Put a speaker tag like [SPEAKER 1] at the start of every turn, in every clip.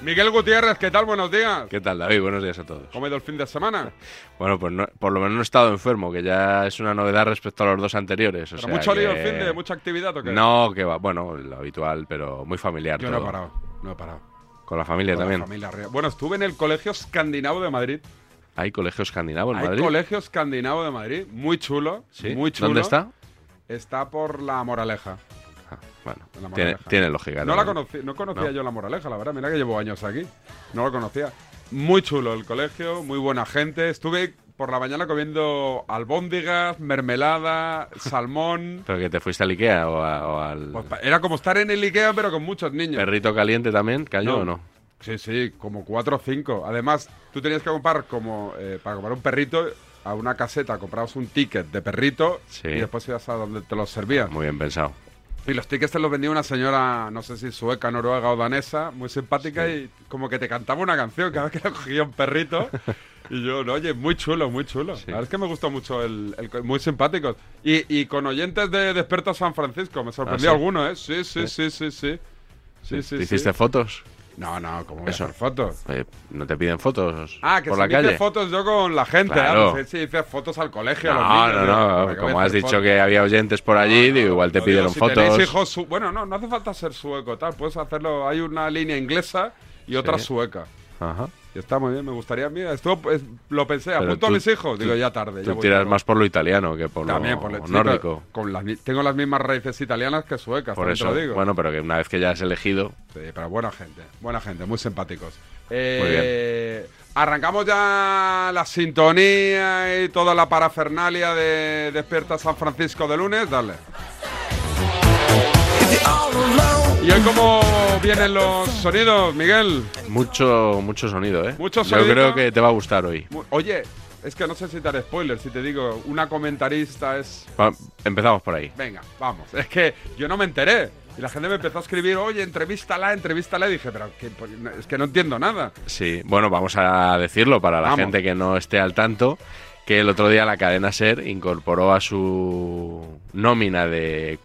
[SPEAKER 1] Miguel Gutiérrez, ¿qué tal? Buenos días.
[SPEAKER 2] ¿Qué tal, David? Buenos días a todos.
[SPEAKER 1] ¿Cómo ha ido el fin de semana?
[SPEAKER 2] Bueno, pues no- por lo menos no he estado enfermo, que ya es una novedad respecto a los dos anteriores. O
[SPEAKER 1] Pero
[SPEAKER 2] sea
[SPEAKER 1] mucho lío
[SPEAKER 2] que-
[SPEAKER 1] el fin de mucha actividad o qué?
[SPEAKER 2] No, que va. Bueno, lo habitual, pero muy familiar
[SPEAKER 1] Yo no
[SPEAKER 2] todo.
[SPEAKER 1] he parado, no he parado.
[SPEAKER 2] Con la familia
[SPEAKER 1] Con la
[SPEAKER 2] también.
[SPEAKER 1] familia arriba. bueno, estuve en el Colegio Escandinavo de Madrid.
[SPEAKER 2] ¿Hay colegio escandinavo en
[SPEAKER 1] Hay
[SPEAKER 2] Madrid?
[SPEAKER 1] Colegio Escandinavo de Madrid, muy chulo,
[SPEAKER 2] ¿Sí?
[SPEAKER 1] muy chulo.
[SPEAKER 2] ¿Dónde está?
[SPEAKER 1] Está por La Moraleja.
[SPEAKER 2] Ah, bueno,
[SPEAKER 1] en La
[SPEAKER 2] tiene,
[SPEAKER 1] Moraleja.
[SPEAKER 2] tiene lógica.
[SPEAKER 1] No la conocí, no conocía
[SPEAKER 2] No.
[SPEAKER 1] yo La Moraleja, la verdad. Mira que llevo años aquí. No la conocía. Muy chulo el colegio, muy buena gente. Estuve por la mañana comiendo albóndigas, mermelada, salmón.
[SPEAKER 2] ¿Pero que te fuiste al Ikea o, a- o al
[SPEAKER 1] Pues pa- era como estar en el Ikea, pero con muchos niños.
[SPEAKER 2] perrito caliente también? ¿Cayó
[SPEAKER 1] No.
[SPEAKER 2] o no?
[SPEAKER 1] Sí, sí, como cuatro o cinco. Además, tú tenías que comprar como eh, para comprar un perrito a una caseta, comprabas un ticket de perrito
[SPEAKER 2] Sí.
[SPEAKER 1] y después ibas a donde te los servían.
[SPEAKER 2] Muy bien pensado.
[SPEAKER 1] Y los tickets te los vendía una señora, no sé si sueca, noruega o danesa, muy simpática y como que te cantaba una canción cada vez que la cogía un perrito. y yo, no, oye, muy chulo, muy chulo. La verdad es que me gustó mucho, el, el co- muy simpáticos. Y, y con oyentes de Desperta San Francisco, me sorprendió
[SPEAKER 2] ¿Ah, ¿sí?
[SPEAKER 1] alguno, ¿eh? Sí, sí, sí, sí, sí. Sí, sí,
[SPEAKER 2] ¿Te
[SPEAKER 1] sí.
[SPEAKER 2] hiciste fotos?
[SPEAKER 1] No, no, como
[SPEAKER 2] Eso.
[SPEAKER 1] eso. fotos.
[SPEAKER 2] Eh, ¿No te piden fotos
[SPEAKER 1] Ah, que
[SPEAKER 2] por
[SPEAKER 1] si
[SPEAKER 2] la
[SPEAKER 1] me hice
[SPEAKER 2] calle?
[SPEAKER 1] fotos yo con la gente.
[SPEAKER 2] Claro.
[SPEAKER 1] Ah, no sé si hice fotos al colegio. a los
[SPEAKER 2] No,
[SPEAKER 1] niños,
[SPEAKER 2] no,
[SPEAKER 1] digo,
[SPEAKER 2] no.
[SPEAKER 1] ¿para qué voy
[SPEAKER 2] Como
[SPEAKER 1] a
[SPEAKER 2] has
[SPEAKER 1] hacer
[SPEAKER 2] dicho
[SPEAKER 1] fotos?
[SPEAKER 2] que había oyentes por allí, digo, igual te
[SPEAKER 1] Lo digo,
[SPEAKER 2] pidieron
[SPEAKER 1] si
[SPEAKER 2] fotos.
[SPEAKER 1] tenéis hijos su- bueno, no, no hace falta ser sueco, tal. Puedes hacerlo. Hay una línea inglesa y otra
[SPEAKER 2] Sí.
[SPEAKER 1] sueca.
[SPEAKER 2] Ajá.
[SPEAKER 1] Y está muy bien, me gustaría. Mira, esto pues, lo pensé,
[SPEAKER 2] Pero
[SPEAKER 1] apunto a
[SPEAKER 2] tú-
[SPEAKER 1] mis hijos. Digo, ya tarde. ya
[SPEAKER 2] Tú
[SPEAKER 1] voy
[SPEAKER 2] tiras
[SPEAKER 1] tarde.
[SPEAKER 2] más por lo italiano que por
[SPEAKER 1] También,
[SPEAKER 2] lo
[SPEAKER 1] por la- sí,
[SPEAKER 2] nórdico.
[SPEAKER 1] pero con las mi- tengo las mismas raíces italianas que suecas,
[SPEAKER 2] por
[SPEAKER 1] también te
[SPEAKER 2] eso.
[SPEAKER 1] lo digo.
[SPEAKER 2] Bueno, pero que una vez que ya has elegido,
[SPEAKER 1] Sí, pero buena gente, buena gente, muy simpáticos.
[SPEAKER 2] Muy bien.
[SPEAKER 1] Eh, Arrancamos ya la sintonía y toda la parafernalia de Despierta San Francisco de lunes, dale. ¿Y hoy cómo vienen los sonidos, Miguel?
[SPEAKER 2] mucho, mucho sonido, ¿eh?
[SPEAKER 1] Mucho
[SPEAKER 2] Yo
[SPEAKER 1] sonidito.
[SPEAKER 2] creo que te va a gustar hoy.
[SPEAKER 1] Mu- Oye, es que no sé si te haré spoiler, si te digo, una comentarista es...
[SPEAKER 2] Va- empezamos por ahí.
[SPEAKER 1] Venga, vamos. Es que yo no me enteré. Y la gente me empezó a escribir, oye, entrevístala, entrevístala. Y dije, pero que- es que no entiendo nada.
[SPEAKER 2] Sí, bueno, vamos a decirlo para la
[SPEAKER 1] Vamos.
[SPEAKER 2] gente que no esté al tanto, que el otro día la cadena SER incorporó a su nómina de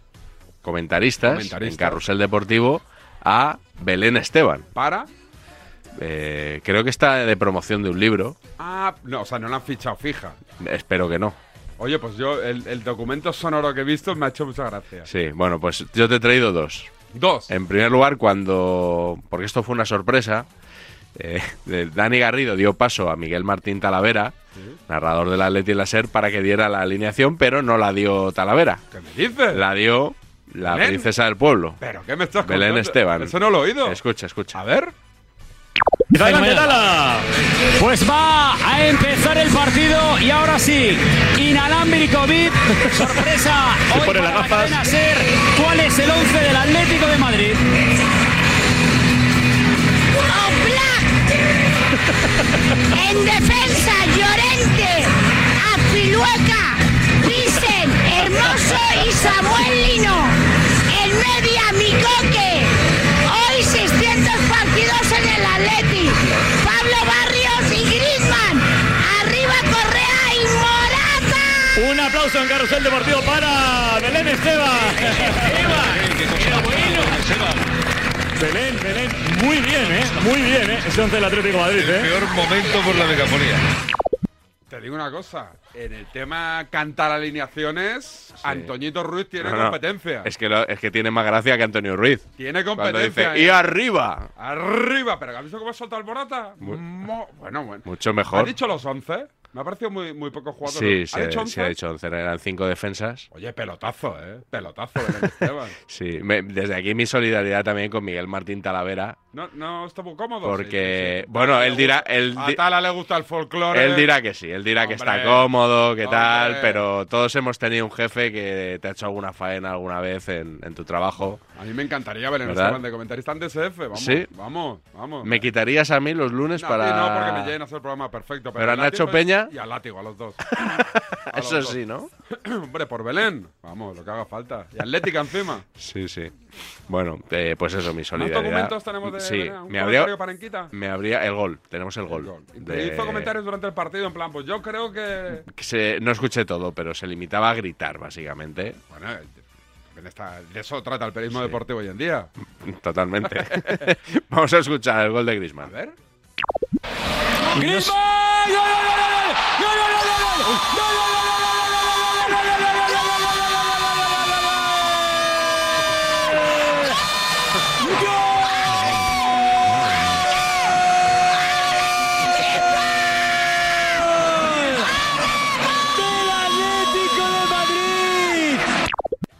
[SPEAKER 2] comentaristas
[SPEAKER 1] Comentaristas.
[SPEAKER 2] en Carrusel Deportivo a Belén Esteban.
[SPEAKER 1] Para...
[SPEAKER 2] Eh, creo que está de promoción de un libro,
[SPEAKER 1] Ah, no, o sea, no la han fichado fija.
[SPEAKER 2] espero que no.
[SPEAKER 1] Oye, pues yo, el, el documento sonoro que he visto me ha hecho mucha gracia.
[SPEAKER 2] Sí, bueno, pues yo te he traído dos.
[SPEAKER 1] Dos.
[SPEAKER 2] En primer lugar, cuando, porque esto fue una sorpresa, eh, de- Dani Garrido dio paso a Miguel Martín Talavera, narrador del Atleti y la SER, para que diera la alineación, pero no la dio Talavera.
[SPEAKER 1] ¿Qué me dices?
[SPEAKER 2] La dio la
[SPEAKER 1] Belén.
[SPEAKER 2] princesa del pueblo.
[SPEAKER 1] ¿Pero qué me estás
[SPEAKER 2] Belén
[SPEAKER 1] contando?
[SPEAKER 2] Este- Esteban.
[SPEAKER 1] Eso no lo he oído.
[SPEAKER 2] Escucha, escucha.
[SPEAKER 1] A ver.
[SPEAKER 3] Adelante, Tala. Pues va a empezar el partido y ahora sí, inalámbrico VIP, sorpresa. Hoy
[SPEAKER 4] pone
[SPEAKER 3] para
[SPEAKER 4] las gafas.
[SPEAKER 3] cadena Ser, ¿Cuál es el 11 del Atlético de Madrid?
[SPEAKER 5] Oblak. En defensa, Llorente, Apilueca, Vicen, Hermoso y Samuel Lino. En media, Micoque. Hoy 600 partidos en el Atleti. Pablo Barrios y Griezmann. Arriba Correa y Morata.
[SPEAKER 4] Un aplauso en Carrusel Deportivo para Belén Esteban. Belén, Belén, muy bien, ¿eh? Muy bien, ¿eh? Ese once del Atlético de Madrid, ¿eh?
[SPEAKER 6] Peor momento por la megafonía.
[SPEAKER 1] Te digo una cosa. En el tema cantar alineaciones, Antoñito Ruiz tiene
[SPEAKER 2] No, no.
[SPEAKER 1] competencia.
[SPEAKER 2] Es que, lo- es que tiene más gracia que Antonio Ruiz.
[SPEAKER 1] Tiene
[SPEAKER 2] Cuando
[SPEAKER 1] competencia.
[SPEAKER 2] dice,
[SPEAKER 1] ¿eh?
[SPEAKER 2] ¡y arriba!
[SPEAKER 1] Arriba, pero ¿has visto cómo ha soltado el Morata? Mo- bueno, bueno.
[SPEAKER 2] Mucho
[SPEAKER 1] ¿Has
[SPEAKER 2] mejor.
[SPEAKER 1] dicho los 11? Me ha parecido muy, muy poco jugador.
[SPEAKER 2] Sí,
[SPEAKER 1] ¿Ha
[SPEAKER 2] se,
[SPEAKER 1] dicho 11?
[SPEAKER 2] se ha dicho 11. Eran cinco defensas.
[SPEAKER 1] Oye, pelotazo, ¿eh? Pelotazo, Belén Esteban.
[SPEAKER 2] Sí, me- desde aquí mi solidaridad también con Miguel Martín Talavera,
[SPEAKER 1] No, no está muy cómodo.
[SPEAKER 2] Porque, bueno, él dirá- él
[SPEAKER 1] a
[SPEAKER 2] di-
[SPEAKER 1] Tala le gusta el folclore.
[SPEAKER 2] Él dirá que sí, él dirá que está
[SPEAKER 1] Hombre.
[SPEAKER 2] cómodo, que tal,
[SPEAKER 1] Hombre.
[SPEAKER 2] pero todos hemos tenido un jefe que te ha hecho alguna faena alguna vez en, en tu trabajo.
[SPEAKER 1] A mí me encantaría ver en
[SPEAKER 2] ¿Verdad?
[SPEAKER 1] Esteban de comentarista en DSF. Vamos,
[SPEAKER 2] Sí.
[SPEAKER 1] vamos, vamos.
[SPEAKER 2] ¿Me quitarías a mí los lunes
[SPEAKER 1] No, a mí
[SPEAKER 2] para...?
[SPEAKER 1] no, porque me lleguen a hacer el programa perfecto.
[SPEAKER 2] Pero a
[SPEAKER 1] el
[SPEAKER 2] Nacho
[SPEAKER 1] látigo-
[SPEAKER 2] Peña-
[SPEAKER 1] Y al látigo, a los dos. A los
[SPEAKER 2] Eso
[SPEAKER 1] dos.
[SPEAKER 2] sí, ¿no?
[SPEAKER 1] Hombre, por Belén. Vamos, lo que haga falta. Y Atlética encima.
[SPEAKER 2] Sí, sí. Bueno, eh, pues eso, mi
[SPEAKER 1] ¿Más
[SPEAKER 2] solidaridad.
[SPEAKER 1] documentos tenemos de
[SPEAKER 2] Sí,
[SPEAKER 1] Belén? ¿Un
[SPEAKER 2] me habría,
[SPEAKER 1] comentario para Enquita?
[SPEAKER 2] me habría... El gol, tenemos el gol.
[SPEAKER 1] Y
[SPEAKER 2] de-
[SPEAKER 1] Hizo comentarios durante el partido en plan, pues yo creo que...
[SPEAKER 2] que se- no escuché todo, pero se limitaba a gritar, básicamente.
[SPEAKER 1] Bueno, en esta- de eso trata el periodismo deportivo hoy en día.
[SPEAKER 2] Totalmente. Vamos a escuchar el gol de
[SPEAKER 1] A
[SPEAKER 2] Griezmann.
[SPEAKER 1] ver.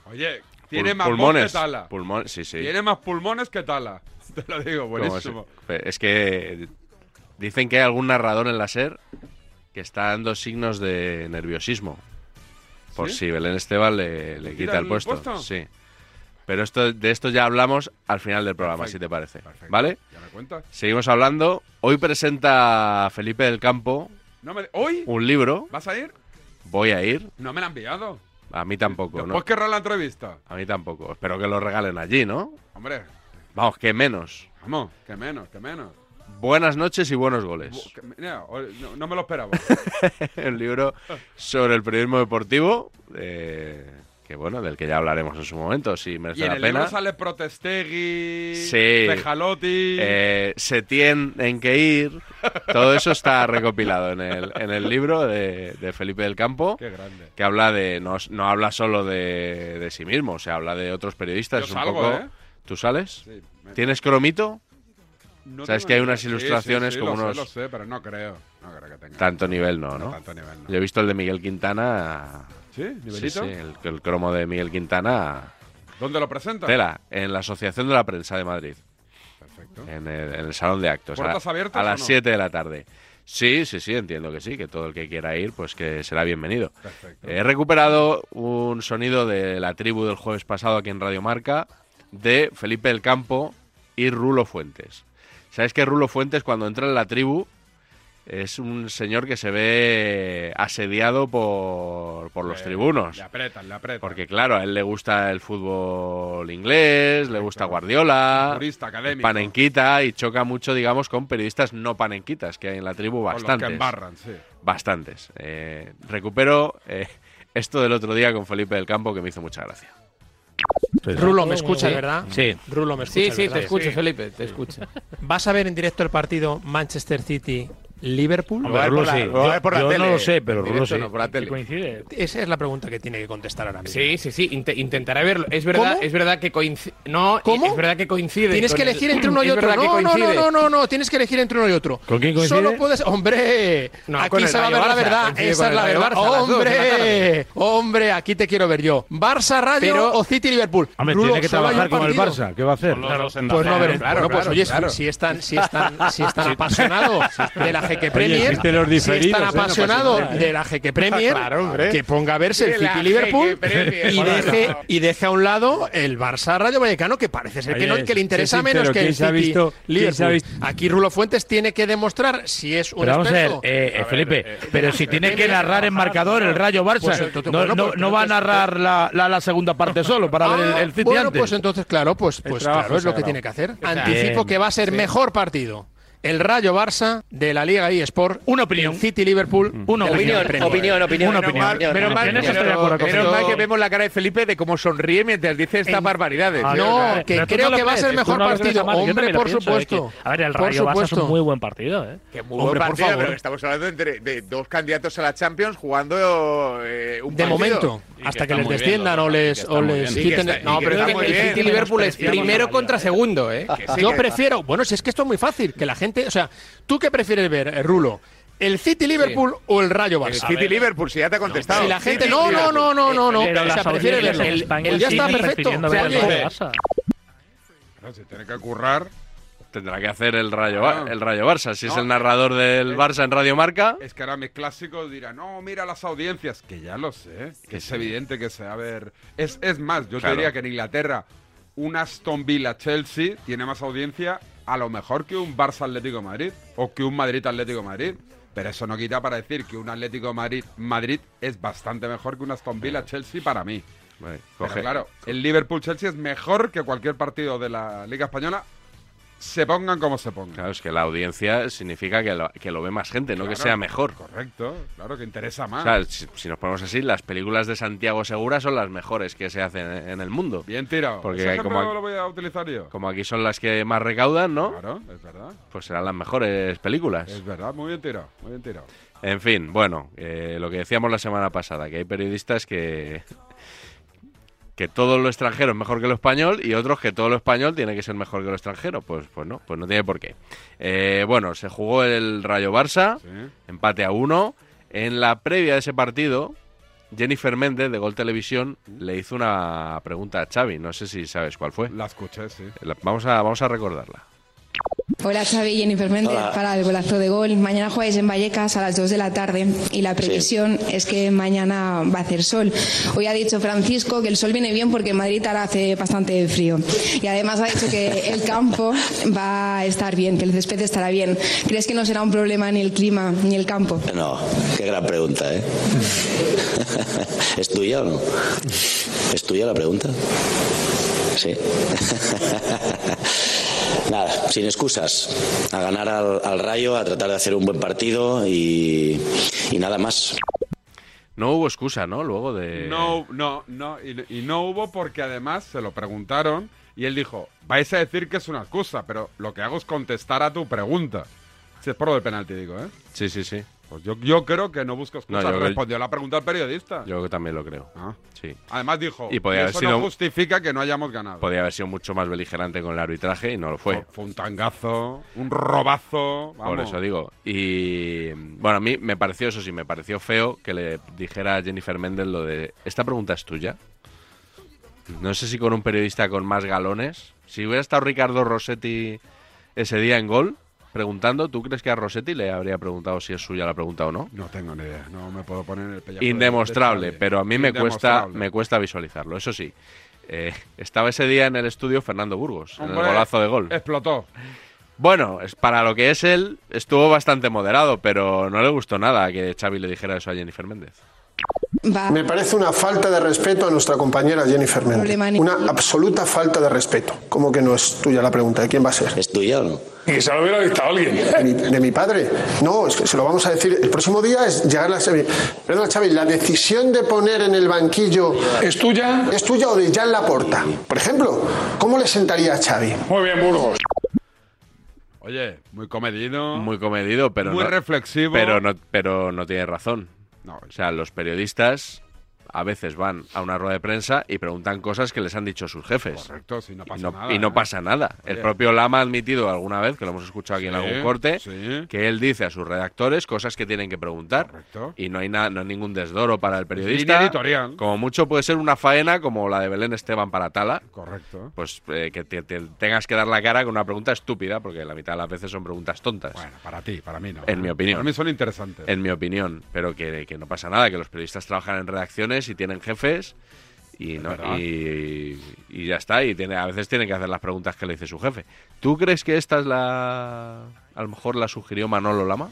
[SPEAKER 1] Oye, tiene
[SPEAKER 2] Pul-
[SPEAKER 1] más voz
[SPEAKER 2] pulmones.
[SPEAKER 1] que Tala.
[SPEAKER 2] Pulmon- sí, sí.
[SPEAKER 1] Tiene más pulmones que Tala. Te lo digo,
[SPEAKER 2] Como
[SPEAKER 1] buenísimo.
[SPEAKER 2] Es, es que dicen que hay algún narrador en la SER que está dando signos de nerviosismo. Por
[SPEAKER 1] ¿Sí?
[SPEAKER 2] si Belén Esteban le, le quita el puesto. Sí. Pero esto, de esto ya hablamos al final del programa,
[SPEAKER 1] Perfecto,
[SPEAKER 2] si te parece.
[SPEAKER 1] perfecto.
[SPEAKER 2] ¿Vale?
[SPEAKER 1] ¿Ya me cuentas?
[SPEAKER 2] Seguimos hablando. Hoy presenta Felipe del Campo
[SPEAKER 1] No me- ¿Hoy?
[SPEAKER 2] un libro.
[SPEAKER 1] ¿Vas a ir?
[SPEAKER 2] Voy a ir.
[SPEAKER 1] No me la han enviado.
[SPEAKER 2] A mí tampoco,
[SPEAKER 1] Después
[SPEAKER 2] ¿no?
[SPEAKER 1] querrá la entrevista.
[SPEAKER 2] A mí tampoco. Espero que lo regalen allí, ¿no?
[SPEAKER 1] Hombre,
[SPEAKER 2] Vamos, que menos.
[SPEAKER 1] vamos, que menos, que menos.
[SPEAKER 2] Buenas noches y buenos goles.
[SPEAKER 1] Que- mira, hoy- no, no me lo esperaba.
[SPEAKER 2] un libro sobre el periodismo deportivo, eh, que bueno, del que ya hablaremos en su momento, si
[SPEAKER 1] y
[SPEAKER 2] merece
[SPEAKER 1] en
[SPEAKER 2] la
[SPEAKER 1] el
[SPEAKER 2] pena.
[SPEAKER 1] libro sale Protestegui,
[SPEAKER 2] Sí.
[SPEAKER 1] Pejalotti.
[SPEAKER 2] Eh, se tienen en que ir. Todo eso está recopilado en el, en el libro de, de Felipe del Campo,
[SPEAKER 1] Qué grande.
[SPEAKER 2] que habla de no, no habla solo de, de sí mismo, se habla de otros periodistas.
[SPEAKER 1] Yo
[SPEAKER 2] es
[SPEAKER 1] salgo,
[SPEAKER 2] un poco,
[SPEAKER 1] ¿eh?
[SPEAKER 2] ¿Tú sales?
[SPEAKER 1] Sí, me-
[SPEAKER 2] ¿Tienes cromito?
[SPEAKER 1] no
[SPEAKER 2] sabes
[SPEAKER 1] tengo
[SPEAKER 2] que hay
[SPEAKER 1] ni-
[SPEAKER 2] unas
[SPEAKER 1] sí, sí,
[SPEAKER 2] ilustraciones
[SPEAKER 1] sí,
[SPEAKER 2] como
[SPEAKER 1] lo
[SPEAKER 2] unos-
[SPEAKER 1] Sé, lo sé, pero no creo. No creo que tenga.
[SPEAKER 2] Tanto nivel no,
[SPEAKER 1] no,
[SPEAKER 2] ¿no?
[SPEAKER 1] tanto nivel. no.
[SPEAKER 2] Yo he visto el de Miguel Quintana.
[SPEAKER 1] ¿Sí?
[SPEAKER 2] Sí, sí,
[SPEAKER 1] ¿Nivelito?
[SPEAKER 2] el, el cromo de Miguel Quintana.
[SPEAKER 1] ¿Dónde lo presenta?
[SPEAKER 2] Tela, en la Asociación de la Prensa de Madrid,
[SPEAKER 1] Perfecto.
[SPEAKER 2] en el, en el Salón de Actos. a la-
[SPEAKER 1] ¿Puertas abiertas
[SPEAKER 2] A
[SPEAKER 1] o
[SPEAKER 2] las
[SPEAKER 1] no?
[SPEAKER 2] 7 de la tarde. Sí, sí, sí, entiendo que sí, que todo el que quiera ir, pues que será bienvenido.
[SPEAKER 1] Perfecto.
[SPEAKER 2] He recuperado un sonido de la tribu del jueves pasado aquí en Radio Marca de Felipe del Campo y Rulo Fuentes. ¿Sabes que Rulo Fuentes cuando entra en la tribu es un señor que se ve asediado por, por los
[SPEAKER 1] Eh,
[SPEAKER 2] tribunos?
[SPEAKER 1] Le apretan, le apretan.
[SPEAKER 2] Porque claro, a él le gusta el fútbol inglés, le gusta Guardiola,
[SPEAKER 1] Turista académico.
[SPEAKER 2] panenquita y choca mucho, digamos, con periodistas no panenquitas, que hay en la tribu
[SPEAKER 1] Con los que
[SPEAKER 2] bastantes.
[SPEAKER 1] embarran, sí.
[SPEAKER 2] Bastantes. Eh, recupero eh, esto del otro día con Felipe del Campo que me hizo mucha gracia.
[SPEAKER 7] Rulo, me escuchas, ¿verdad?
[SPEAKER 8] Sí.
[SPEAKER 7] Rulo, me
[SPEAKER 8] Sí,
[SPEAKER 7] escuchas.
[SPEAKER 8] sí,
[SPEAKER 7] ¿verdad?
[SPEAKER 8] te escucho, Felipe, te escucho.
[SPEAKER 7] ¿Vas a ver en directo el partido Manchester City-Liverpool?
[SPEAKER 8] Hombre, Rulo sí.
[SPEAKER 9] lo va a ver por la
[SPEAKER 8] yo
[SPEAKER 9] tele.
[SPEAKER 8] no lo sé, pero Rulo
[SPEAKER 2] Directo
[SPEAKER 8] sí.
[SPEAKER 2] no, por la tele.
[SPEAKER 10] Coincide.
[SPEAKER 7] Esa es la pregunta que tiene que contestar ahora mismo.
[SPEAKER 9] Sí, sí, sí, inte- intentaré verlo. Es verdad,
[SPEAKER 7] ¿Cómo?
[SPEAKER 9] es verdad que coincide. No,
[SPEAKER 7] ¿Cómo?
[SPEAKER 9] es verdad que coincide.
[SPEAKER 7] Tienes
[SPEAKER 9] con
[SPEAKER 7] que
[SPEAKER 9] el-
[SPEAKER 7] elegir entre uno y
[SPEAKER 9] es
[SPEAKER 7] otro.
[SPEAKER 9] verdad que
[SPEAKER 7] No, no, no,
[SPEAKER 9] coincide.
[SPEAKER 7] no, no, no, tienes que elegir entre uno y otro.
[SPEAKER 8] ¿Con quién coincide?
[SPEAKER 7] Solo puedes. ¡Hombre!
[SPEAKER 9] No, con
[SPEAKER 7] aquí
[SPEAKER 9] el
[SPEAKER 7] se va a
[SPEAKER 9] Rayo
[SPEAKER 7] ver la
[SPEAKER 9] Barça,
[SPEAKER 7] verdad.
[SPEAKER 9] coincide
[SPEAKER 7] Esa
[SPEAKER 9] con
[SPEAKER 7] es
[SPEAKER 9] el
[SPEAKER 7] la
[SPEAKER 9] Rayo
[SPEAKER 7] verdad.
[SPEAKER 9] Barça a las dos de la
[SPEAKER 7] ¡Hombre! ¡Hombre! Aquí te quiero ver yo. Barça Radio
[SPEAKER 9] Pero-
[SPEAKER 7] o City Liverpool.
[SPEAKER 8] Hombre,
[SPEAKER 7] Rulo,
[SPEAKER 8] tiene que
[SPEAKER 7] solo hay un
[SPEAKER 8] trabajar como el
[SPEAKER 7] partido.
[SPEAKER 8] Barça. ¿Qué va a hacer?
[SPEAKER 7] Pues no, a ver,
[SPEAKER 9] Claro,
[SPEAKER 7] bueno, pues
[SPEAKER 9] claro,
[SPEAKER 7] oye,
[SPEAKER 9] claro.
[SPEAKER 7] si están, si están, si están apasionados de la Jeque Premier,
[SPEAKER 8] existen los
[SPEAKER 7] si
[SPEAKER 8] diferidos,
[SPEAKER 7] están
[SPEAKER 8] ¿eh? No pasa
[SPEAKER 7] apasionados
[SPEAKER 8] nada, ¿eh?
[SPEAKER 7] de la Jeque Premier,
[SPEAKER 9] Claro, hombre.
[SPEAKER 7] que ponga a verse el
[SPEAKER 9] De la
[SPEAKER 7] City Liverpool
[SPEAKER 9] Jeque Premier.
[SPEAKER 7] y deje, y deje a un lado el Barça Rayo Vallecano, que parece ser que,
[SPEAKER 8] Oye,
[SPEAKER 7] no, que le interesa
[SPEAKER 8] sé sincero,
[SPEAKER 7] menos que el
[SPEAKER 8] ¿quién se ha
[SPEAKER 7] City
[SPEAKER 8] visto- quién se ha
[SPEAKER 7] Liverpool.
[SPEAKER 8] visto-
[SPEAKER 7] Aquí Rulo Fuentes tiene que demostrar si es un
[SPEAKER 8] Pero vamos a ver,
[SPEAKER 7] experto.
[SPEAKER 8] eh, eh, Felipe, pero si tiene que narrar en marcador el Rayo Barça,
[SPEAKER 7] eh, Pues,
[SPEAKER 8] no,
[SPEAKER 7] eh, bueno,
[SPEAKER 8] no-
[SPEAKER 7] pues,
[SPEAKER 8] no va a
[SPEAKER 7] entonces-
[SPEAKER 8] narrar la, la- la segunda parte solo para ver el,
[SPEAKER 7] Ah,
[SPEAKER 8] el City
[SPEAKER 7] bueno,
[SPEAKER 8] antes.
[SPEAKER 7] pues entonces, claro, pues, pues
[SPEAKER 8] trabajo
[SPEAKER 7] claro, es lo que
[SPEAKER 8] sagrado.
[SPEAKER 7] tiene que hacer.
[SPEAKER 8] sea,
[SPEAKER 7] Anticipo
[SPEAKER 8] bien.
[SPEAKER 7] que va a ser mejor partido. El Rayo Barça de la Liga eSport.
[SPEAKER 8] Una opinión.
[SPEAKER 7] City Liverpool.
[SPEAKER 8] Una opinión,
[SPEAKER 7] opinión,
[SPEAKER 8] Una opinión.
[SPEAKER 9] Menos mal,
[SPEAKER 8] En eso estoy de acuerdo con
[SPEAKER 9] menos
[SPEAKER 8] Felipe.
[SPEAKER 9] mal que vemos la cara de Felipe de cómo sonríe mientras dice estas
[SPEAKER 7] En-
[SPEAKER 9] barbaridades.
[SPEAKER 7] Ah,
[SPEAKER 9] ¿eh?
[SPEAKER 7] no,
[SPEAKER 9] O sea,
[SPEAKER 7] que creo que va a ser
[SPEAKER 8] eh,
[SPEAKER 7] mejor partido. Hombre, por supuesto.
[SPEAKER 11] a ver, el
[SPEAKER 7] Por
[SPEAKER 11] Rayo Barça es
[SPEAKER 7] supuesto.
[SPEAKER 11] un muy buen partido, ¿eh?
[SPEAKER 9] que muy
[SPEAKER 7] hombre,
[SPEAKER 9] buen
[SPEAKER 7] por
[SPEAKER 9] partido,
[SPEAKER 7] favor.
[SPEAKER 9] pero que estamos hablando entre de dos candidatos a la Champions jugando eh, un
[SPEAKER 7] De
[SPEAKER 9] partido.
[SPEAKER 7] momento,
[SPEAKER 12] Y que
[SPEAKER 7] hasta que
[SPEAKER 12] está
[SPEAKER 7] les
[SPEAKER 12] muy bien,
[SPEAKER 7] desciendan
[SPEAKER 12] lo
[SPEAKER 7] o
[SPEAKER 12] que- que
[SPEAKER 7] les,
[SPEAKER 12] está
[SPEAKER 7] o
[SPEAKER 12] muy
[SPEAKER 7] les
[SPEAKER 12] bien.
[SPEAKER 9] Sí, que
[SPEAKER 7] quiten.
[SPEAKER 9] está-
[SPEAKER 7] no,
[SPEAKER 9] y que
[SPEAKER 7] pero
[SPEAKER 9] está
[SPEAKER 7] es
[SPEAKER 9] muy
[SPEAKER 7] que
[SPEAKER 9] bien.
[SPEAKER 7] el City Liverpool es primero.
[SPEAKER 9] contra segundo, ¿eh? Que sí,
[SPEAKER 7] Yo
[SPEAKER 9] que-
[SPEAKER 7] prefiero, bueno, si es que esto es muy fácil, que la gente, o sea, ¿tú qué prefieres ver, eh, Rulo? ¿El City Liverpool o el Rayo
[SPEAKER 9] El
[SPEAKER 7] Barça?
[SPEAKER 9] City Liverpool, si ya te ha contestado.
[SPEAKER 7] Si la gente
[SPEAKER 9] City,
[SPEAKER 7] no, no,
[SPEAKER 9] Liverpool.
[SPEAKER 7] no, no, no, no,
[SPEAKER 11] Eh, Pero
[SPEAKER 7] o
[SPEAKER 11] las
[SPEAKER 7] sea, prefiere
[SPEAKER 11] audiencias
[SPEAKER 7] verlo.
[SPEAKER 11] en
[SPEAKER 7] El,
[SPEAKER 11] España
[SPEAKER 7] el- ya está
[SPEAKER 11] siguen
[SPEAKER 7] perfecto.
[SPEAKER 11] prefiriendo ver al
[SPEAKER 7] Oye,
[SPEAKER 11] Rayo Barça.
[SPEAKER 1] Claro, si tiene que currar.
[SPEAKER 2] Tendrá que hacer el Rayo,
[SPEAKER 1] Claro.
[SPEAKER 2] Ba- el Rayo Barça. Si es
[SPEAKER 1] No. Eh.
[SPEAKER 2] el narrador del Barça en Radio Marca,
[SPEAKER 1] Es que ahora mis clásicos dirán, no, mira las audiencias, que ya lo sé, que es evidente que se va a ver. Es, es más, yo
[SPEAKER 2] Claro.
[SPEAKER 1] te diría que en Inglaterra un Aston Villa Chelsea tiene más audiencia a lo mejor que un Barça Atlético de Madrid o que un Madrid Atlético de Madrid. Pero eso no quita para decir que un Atlético de Madrid, Madrid es bastante mejor que un Aston Villa Chelsea para mí.
[SPEAKER 2] Vale,
[SPEAKER 1] Pero
[SPEAKER 2] coge-
[SPEAKER 1] claro, el Liverpool Chelsea es mejor que cualquier partido de la Liga Española se pongan como se pongan.
[SPEAKER 2] Claro, es que la audiencia significa que lo, que lo ve más gente, no que
[SPEAKER 1] Claro,
[SPEAKER 2] sea mejor.
[SPEAKER 1] Correcto, claro que interesa
[SPEAKER 2] O
[SPEAKER 1] más.
[SPEAKER 2] sea, si, si nos ponemos así, las películas de Santiago Segura son las mejores que se hacen en el mundo.
[SPEAKER 1] Bien tirado.
[SPEAKER 2] Porque
[SPEAKER 1] Ese
[SPEAKER 2] hay
[SPEAKER 1] ejemplo
[SPEAKER 2] como-
[SPEAKER 1] no lo voy a utilizar yo.
[SPEAKER 2] Como aquí son las que más recaudan, ¿no?
[SPEAKER 1] Claro, es verdad.
[SPEAKER 2] Pues serán las mejores películas.
[SPEAKER 1] Es verdad, muy bien tirado, muy bien tirado.
[SPEAKER 2] En fin, bueno, eh, lo que decíamos la semana pasada, que hay periodistas que que todo lo extranjero es mejor que lo español y otros que todo lo español tiene que ser mejor que lo extranjero. Pues, pues no, pues no tiene por qué. Eh, bueno, se jugó el Rayo Barça, empate a uno. En la previa de ese partido, Jennifer Méndez de Gol Televisión le hizo una pregunta a Xavi, no sé si sabes cuál fue.
[SPEAKER 1] La escuché, sí.
[SPEAKER 2] Vamos a, vamos a recordarla.
[SPEAKER 13] Hola Xavi y Jennifer Méndez
[SPEAKER 2] Hola.
[SPEAKER 13] para el golazo de gol. Mañana jugáis en Vallecas a las 2 de la tarde y la previsión es que mañana va a hacer sol. Hoy ha dicho Francisco que el sol viene bien porque en Madrid ahora hace bastante frío. Y además ha dicho que el campo va a estar bien, que el césped estará bien. ¿Crees que no será un problema ni el clima ni el campo?
[SPEAKER 14] No, qué gran pregunta, ¿eh? ¿Es tuya o no? ¿Es tuya la pregunta? Sí. Nada, sin excusas. A ganar al, al rayo, a tratar de hacer un buen partido y, y nada más.
[SPEAKER 2] No hubo excusa, ¿no? Luego de...
[SPEAKER 1] No, no, no, y, y no hubo porque además se lo preguntaron y él dijo, vais a decir que es una excusa, pero lo que hago es contestar a tu pregunta. Si es por lo del penalti, digo, ¿eh?
[SPEAKER 2] Sí, sí, sí.
[SPEAKER 1] Pues yo, yo creo que no busco excusas.
[SPEAKER 2] No, yo-
[SPEAKER 1] Respondió la pregunta al periodista.
[SPEAKER 2] Yo también lo creo. Sí.
[SPEAKER 1] Ah. Además dijo,
[SPEAKER 2] Y podía haber
[SPEAKER 1] eso
[SPEAKER 2] sido-
[SPEAKER 1] no justifica que no hayamos ganado.
[SPEAKER 2] Podría haber sido mucho más beligerante con el arbitraje y no lo fue.
[SPEAKER 1] Fue un tangazo, un robazo. Vamos.
[SPEAKER 2] Por eso digo. Y bueno, a mí me pareció, eso sí, me pareció feo que le dijera a Jennifer Méndez lo de, ¿esta pregunta es tuya? No sé si con un periodista con más galones. Si hubiera estado Ricardo Rossetti ese día en gol preguntando, ¿tú crees que a Rossetti le habría preguntado si es suya la pregunta o no?
[SPEAKER 1] No tengo ni idea, no me puedo poner en el pellejo. de- de
[SPEAKER 2] Indemostrable,
[SPEAKER 1] Xavi.
[SPEAKER 2] pero a mí me cuesta,
[SPEAKER 1] Indemostrable.
[SPEAKER 2] me cuesta visualizarlo. Eso sí, eh, estaba ese día en el estudio Fernando Burgos, en el
[SPEAKER 1] Hombre,
[SPEAKER 2] golazo de gol.
[SPEAKER 1] Explotó.
[SPEAKER 2] Bueno, es para lo que es él, estuvo bastante moderado, pero no le gustó nada que Xavi le dijera eso a Jennifer Méndez.
[SPEAKER 15] Me parece una falta de respeto a nuestra compañera Jennifer Méndez. Una absoluta falta de respeto. ¿Cómo que no es tuya la pregunta? ¿De quién va a ser?
[SPEAKER 14] ¿Es tuya o no?
[SPEAKER 15] Que se lo hubiera dictado alguien. De mi, de mi padre. No, es que se lo vamos a decir. El próximo día es llegar a la semi. Perdona, Xavi, la decisión de poner en el banquillo. ¿Es tuya? ¿Es tuya o de Jan Laporta? Por ejemplo, ¿cómo le sentaría a Xavi? Muy bien, Burgos.
[SPEAKER 1] Oye, muy comedido.
[SPEAKER 2] Muy comedido, pero
[SPEAKER 1] Muy
[SPEAKER 2] no-
[SPEAKER 1] reflexivo.
[SPEAKER 2] Pero no, pero no tiene razón. O sea, los periodistas a veces van a una rueda de prensa y preguntan cosas que les han dicho sus jefes.
[SPEAKER 1] Correcto, si no pasa
[SPEAKER 2] y no,
[SPEAKER 1] nada.
[SPEAKER 2] y no
[SPEAKER 1] ¿eh?
[SPEAKER 2] pasa nada. El
[SPEAKER 1] Oye.
[SPEAKER 2] propio Lama ha admitido alguna vez, que lo hemos escuchado aquí en
[SPEAKER 1] Sí,
[SPEAKER 2] algún corte,
[SPEAKER 1] sí.
[SPEAKER 2] que él dice a sus redactores cosas que tienen que preguntar.
[SPEAKER 1] Correcto.
[SPEAKER 8] Pues
[SPEAKER 2] Y no hay, na- no hay ningún desdoro para el periodista.
[SPEAKER 1] Línea editorial.
[SPEAKER 2] Como mucho puede ser una faena como la de Belén Esteban para Tala.
[SPEAKER 1] Correcto.
[SPEAKER 2] Pues eh, que te, te tengas que dar la cara con una pregunta estúpida, porque la mitad de las veces son preguntas tontas. Bueno,
[SPEAKER 1] para ti, para mí no.
[SPEAKER 2] En mi opinión.
[SPEAKER 1] Para mí son interesantes.
[SPEAKER 2] En mi opinión, pero que, que no pasa nada, que los periodistas trabajan en redacciones y tienen jefes y, no-
[SPEAKER 1] verdad.
[SPEAKER 2] y, y ya está, y tiene, a veces tienen que hacer las preguntas que le dice su jefe. ¿Tú crees que esta es la... a lo mejor la sugirió Manolo Lama?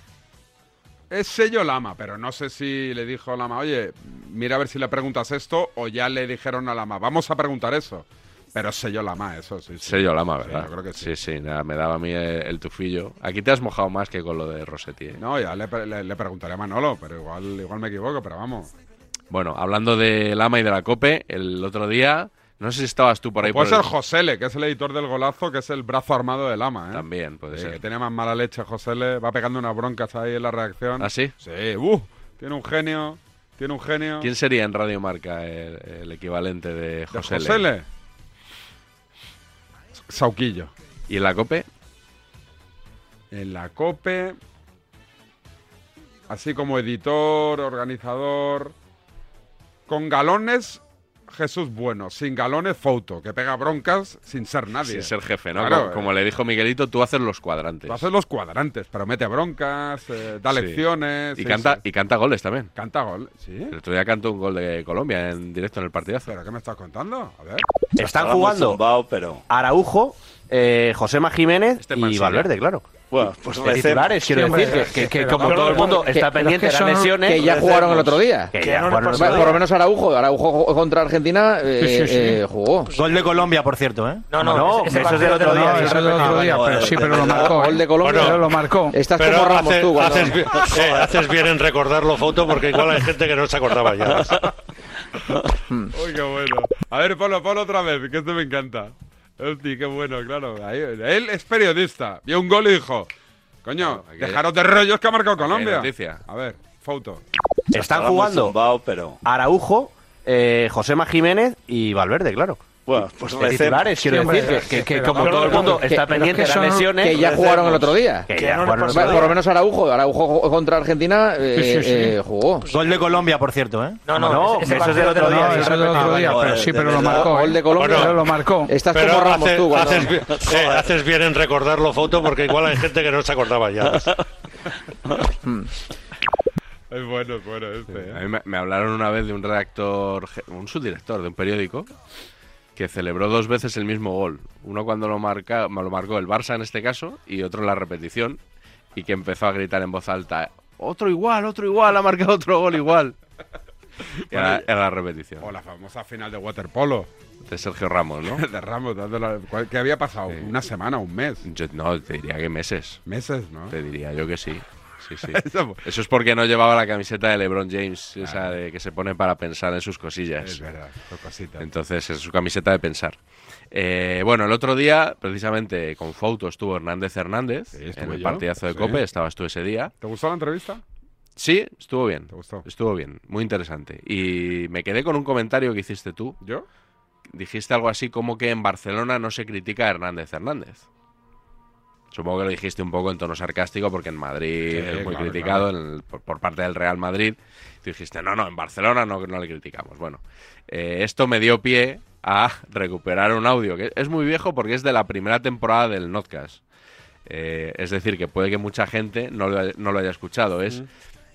[SPEAKER 1] Es sello Lama, pero no sé si le dijo Lama, oye, mira a ver si le preguntas esto o ya le dijeron a Lama, vamos a preguntar eso. Pero es sello Lama, eso sí. sí.
[SPEAKER 2] Sello Lama,
[SPEAKER 1] Sí,
[SPEAKER 2] ¿verdad?
[SPEAKER 1] yo creo que sí.
[SPEAKER 2] sí, nada, me daba a mí el, el tufillo. Aquí te has mojado más que con lo de Rossetti. ¿eh?
[SPEAKER 1] No, ya le, pre- le- le preguntaré a Manolo, pero igual, igual me equivoco, pero vamos.
[SPEAKER 2] Bueno, hablando de Lama y de la COPE, el otro día, no sé si estabas tú por ahí.
[SPEAKER 1] Pues Puede
[SPEAKER 2] por
[SPEAKER 1] ser
[SPEAKER 2] el-
[SPEAKER 1] Josele, que es el editor del golazo, que es el brazo armado de Lama, ¿eh?
[SPEAKER 2] También, puede
[SPEAKER 1] Sí,
[SPEAKER 2] ser.
[SPEAKER 1] Que tiene más mala leche Josele, va pegando unas broncas ahí en la reacción.
[SPEAKER 2] ¿Ah, sí?
[SPEAKER 1] Sí, uh, tiene un genio, tiene un genio.
[SPEAKER 2] ¿Quién sería en Radio Marca el, el equivalente de José L?
[SPEAKER 1] Josele. Sauquillo.
[SPEAKER 2] ¿Y en la COPE?
[SPEAKER 1] En la COPE, así como editor, organizador. Con galones, Jesús Bueno. Sin galones, Fouto, que pega broncas sin ser nadie.
[SPEAKER 2] Sin ser jefe, ¿no?
[SPEAKER 1] Claro, eh,
[SPEAKER 2] como, como le dijo Miguelito, tú haces los cuadrantes.
[SPEAKER 1] Tú haces los cuadrantes, pero mete broncas, eh, da
[SPEAKER 2] Sí.
[SPEAKER 1] lecciones.
[SPEAKER 2] Y
[SPEAKER 1] sí,
[SPEAKER 2] canta,
[SPEAKER 1] sí.
[SPEAKER 2] y canta goles también.
[SPEAKER 1] Canta gol, sí.
[SPEAKER 2] El otro día cantó un gol de Colombia en directo en el partidazo.
[SPEAKER 1] ¿Pero qué me estás contando? A ver.
[SPEAKER 16] Están jugando Araujo, eh, Josema Jiménez y
[SPEAKER 2] Mansilla.
[SPEAKER 16] Valverde, claro. Bueno, pues
[SPEAKER 7] de titulares, quiero decir, que, que- que como todo el mundo está pendiente de las lesiones. pues
[SPEAKER 8] Que ya jugaron el otro día. pues
[SPEAKER 7] Que ya jugaron el otro
[SPEAKER 8] Por lo
[SPEAKER 7] día.
[SPEAKER 8] menos Araujo. Araujo jugó contra Argentina eh,
[SPEAKER 17] Sí, sí, sí.
[SPEAKER 8] eh, jugó.
[SPEAKER 17] Gol de Colombia, por cierto, ¿eh?
[SPEAKER 7] No, no, no, ese- ese eso es del otro día,
[SPEAKER 17] No,
[SPEAKER 7] ese
[SPEAKER 17] eso es del otro día, pero sí, pero lo marcó. ¿eh?
[SPEAKER 8] Gol de Colombia.
[SPEAKER 17] Pero lo marcó.
[SPEAKER 8] Estás
[SPEAKER 18] Pero
[SPEAKER 8] como Ramos
[SPEAKER 18] haces,
[SPEAKER 8] tú, Guardado.
[SPEAKER 18] haces, bien- eh, haces bien en recordarlo, foto, porque igual hay gente que no se acordaba ya.
[SPEAKER 2] Mm.
[SPEAKER 1] Uy, qué bueno. A ver, Pablo, Pablo otra vez, que esto me encanta. Hostia, qué bueno, claro. Ahí- él es periodista. Vio un gol y dijo, coño,
[SPEAKER 2] aquí-
[SPEAKER 1] dejaros de rollos que ha marcado Colombia.
[SPEAKER 2] noticia.
[SPEAKER 1] A ver, foto.
[SPEAKER 7] Están jugando Araujo, eh, Josema Jiménez y Valverde, claro.
[SPEAKER 16] Bueno, pues
[SPEAKER 7] de
[SPEAKER 16] recemos.
[SPEAKER 7] titulares, quiero
[SPEAKER 16] Sí, hombre,
[SPEAKER 7] decir, que,
[SPEAKER 16] sí,
[SPEAKER 7] que- que
[SPEAKER 16] pero
[SPEAKER 7] como
[SPEAKER 16] vamos,
[SPEAKER 7] todo el
[SPEAKER 16] vamos,
[SPEAKER 7] mundo
[SPEAKER 16] que-
[SPEAKER 7] está
[SPEAKER 16] pero
[SPEAKER 7] pendiente
[SPEAKER 16] es
[SPEAKER 7] de
[SPEAKER 16] que
[SPEAKER 7] las
[SPEAKER 16] son-
[SPEAKER 7] lesiones. pues
[SPEAKER 8] Que ya jugaron el otro día.
[SPEAKER 7] Que ya jugaron el otro
[SPEAKER 8] Bueno,
[SPEAKER 7] día.
[SPEAKER 8] Por lo menos Araujo. Araujo jugó contra Argentina eh,
[SPEAKER 17] Sí, sí, sí.
[SPEAKER 8] eh, jugó.
[SPEAKER 7] Pues
[SPEAKER 17] Gol de Colombia, por cierto, ¿eh?
[SPEAKER 7] No, no, ese- ese partido del otro día,
[SPEAKER 17] No,
[SPEAKER 7] sí,
[SPEAKER 17] eso es del otro
[SPEAKER 7] repetido.
[SPEAKER 17] día, pero
[SPEAKER 7] Joder,
[SPEAKER 17] sí,
[SPEAKER 7] de
[SPEAKER 17] pero lo
[SPEAKER 7] verdad.
[SPEAKER 17] marcó. ¿eh?
[SPEAKER 7] Gol de Colombia.
[SPEAKER 17] Pero lo marcó.
[SPEAKER 18] Pero haces- haces, bien- eh, haces bien en recordarlo, foto, porque igual hay gente que no se acordaba ya.
[SPEAKER 1] Es bueno, es bueno este.
[SPEAKER 2] A
[SPEAKER 1] ¿eh?
[SPEAKER 2] mí me, me hablaron una vez de un redactor, ge- un subdirector de un periódico que celebró dos veces el mismo gol. Uno cuando lo, marca, lo marcó el Barça en este caso y otro en la repetición y que empezó a gritar en voz alta. Otro igual, otro igual, ha marcado otro gol igual. Era, era la repetición.
[SPEAKER 1] O la famosa final de waterpolo.
[SPEAKER 2] De Sergio Ramos, ¿no?
[SPEAKER 1] De Ramos, dando la- ¿cuál- ¿qué había pasado? ¿Una semana, un mes?
[SPEAKER 2] Yo- no, te diría que meses.
[SPEAKER 1] Meses, ¿no?
[SPEAKER 2] Te diría yo que sí. Sí, sí.
[SPEAKER 1] Eso-
[SPEAKER 2] Eso es porque no llevaba la camiseta de LeBron James, esa de que se pone para pensar en sus cosillas.
[SPEAKER 1] Es verdad, son cositas.
[SPEAKER 2] Entonces, es su camiseta de pensar. Eh, bueno, el otro día, precisamente con Fouto, estuvo Hernández Hernández
[SPEAKER 1] estuve
[SPEAKER 2] en el
[SPEAKER 1] yo,
[SPEAKER 2] partidazo de
[SPEAKER 1] sí.
[SPEAKER 2] Cope, estabas tú ese día.
[SPEAKER 1] ¿Te gustó la entrevista?
[SPEAKER 2] Sí, estuvo bien. Estuvo bien, muy interesante. Y me quedé con un comentario que hiciste tú.
[SPEAKER 1] ¿Yo?
[SPEAKER 2] Dijiste algo así como que en Barcelona no se critica a Hernández Hernández. Supongo que lo dijiste un poco en tono sarcástico porque en Madrid
[SPEAKER 1] Sí,
[SPEAKER 2] es muy
[SPEAKER 1] claro,
[SPEAKER 2] criticado
[SPEAKER 1] claro.
[SPEAKER 2] en el- por, por parte del Real Madrid. Tú dijiste, no, no, en Barcelona no, no le criticamos. Bueno, eh, esto me dio pie a recuperar un audio que es muy viejo porque es de la primera temporada del Notcast. Eh, es decir, que puede que mucha gente no lo, haya- no lo haya escuchado. Es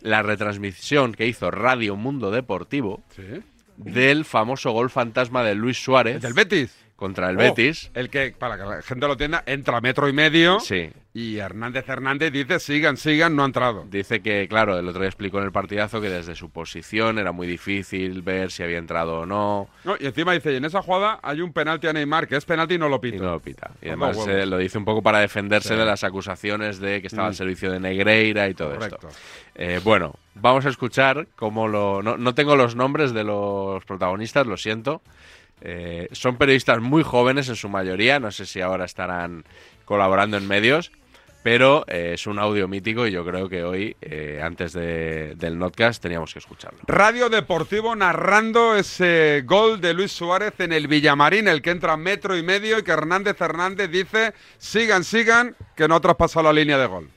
[SPEAKER 2] la retransmisión que hizo Radio Mundo Deportivo
[SPEAKER 1] Sí.
[SPEAKER 2] del famoso gol fantasma de Luis Suárez.
[SPEAKER 1] ¿Del Betis?
[SPEAKER 2] Contra el
[SPEAKER 1] Oh,
[SPEAKER 2] Betis.
[SPEAKER 1] El que, para que la gente lo entienda, entra a metro y medio.
[SPEAKER 2] Sí.
[SPEAKER 1] Y Hernández Hernández dice, sigan, sigan, no ha entrado.
[SPEAKER 2] Dice que, claro, el otro día explicó en el partidazo que desde su posición era muy difícil ver si había entrado o no.
[SPEAKER 1] No, y encima dice, y en esa jugada hay un penalti a Neymar, que es penalti y no lo pita.
[SPEAKER 2] no lo pita. Y
[SPEAKER 1] Anda
[SPEAKER 2] además
[SPEAKER 1] huevos.
[SPEAKER 2] eh, lo dice un poco para defenderse
[SPEAKER 1] Sí.
[SPEAKER 2] de las acusaciones de que estaba
[SPEAKER 1] Mm.
[SPEAKER 2] al servicio de Negreira y todo
[SPEAKER 1] Correcto.
[SPEAKER 2] esto. Eh, bueno, vamos a escuchar cómo lo... No, no tengo los nombres de los protagonistas, lo siento. Eh, son periodistas muy jóvenes en su mayoría, no sé si ahora estarán colaborando en medios, pero eh, es un audio mítico y yo creo que hoy, eh, antes de- del podcast, teníamos que escucharlo.
[SPEAKER 1] Radio Deportivo narrando ese gol de Luis Suárez en el Villamarín, el que entra a metro y medio y que Hernández Hernández dice, sigan, sigan, que no ha traspasado la línea de gol.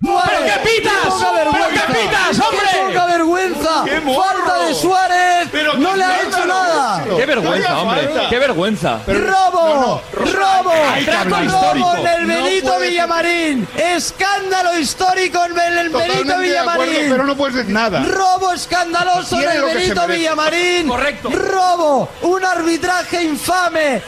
[SPEAKER 19] ¡Pero qué pitas! ¡Pero qué pitas, hombre! ¡Qué poca vergüenza! ¡Falta de Suárez! ¡No le ha hecho nada!
[SPEAKER 17] Qué vergüenza, hombre. Qué vergüenza.
[SPEAKER 19] ¡Robo! ¡Robo!
[SPEAKER 17] Hay
[SPEAKER 19] ¡Robo
[SPEAKER 17] karma histórico.
[SPEAKER 19] en el
[SPEAKER 17] No
[SPEAKER 19] Benito
[SPEAKER 17] puede ser.
[SPEAKER 19] Villamarín! ¡Escándalo histórico en el Benito
[SPEAKER 20] Totalmente de acuerdo,
[SPEAKER 19] Villamarín!
[SPEAKER 20] pero no puedes decir nada.
[SPEAKER 19] ¡Robo escandaloso en
[SPEAKER 20] Tiene
[SPEAKER 19] el
[SPEAKER 20] lo que se
[SPEAKER 19] Benito
[SPEAKER 20] merece.
[SPEAKER 19] Villamarín!
[SPEAKER 20] Correcto.
[SPEAKER 19] ¡Robo! ¡Un arbitraje infame!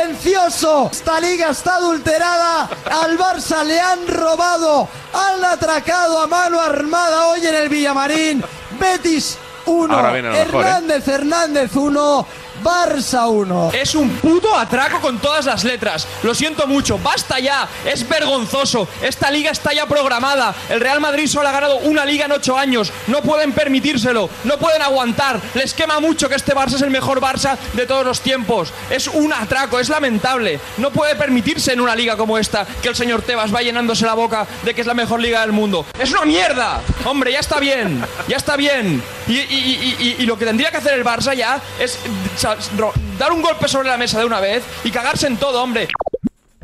[SPEAKER 19] ¡Tendencioso! Esta liga está adulterada. Al Barça le han robado. Han atracado a mano armada hoy en el Villamarín. Betis 1.
[SPEAKER 2] Ahora viene lo mejor, ¿eh?
[SPEAKER 19] Hernández Hernández 1. Barça 1.
[SPEAKER 21] Es un puto atraco con todas las letras. Lo siento mucho, basta ya. Es vergonzoso. Esta liga está ya programada. El Real Madrid solo ha ganado una liga en ocho años. No pueden permitírselo. No pueden aguantar. Les quema mucho que este Barça es el mejor Barça de todos los tiempos. Pues Es un atraco, es lamentable. No puede permitirse en una liga como esta que el señor Tebas va llenándose la boca de que es la mejor liga del mundo. ¡Es una mierda! Hombre, ya está bien. Ya está bien. Y, y- y- y- y lo que tendría que hacer el Barça ya es sa- ro- dar un golpe sobre la mesa de una vez y cagarse en todo, hombre.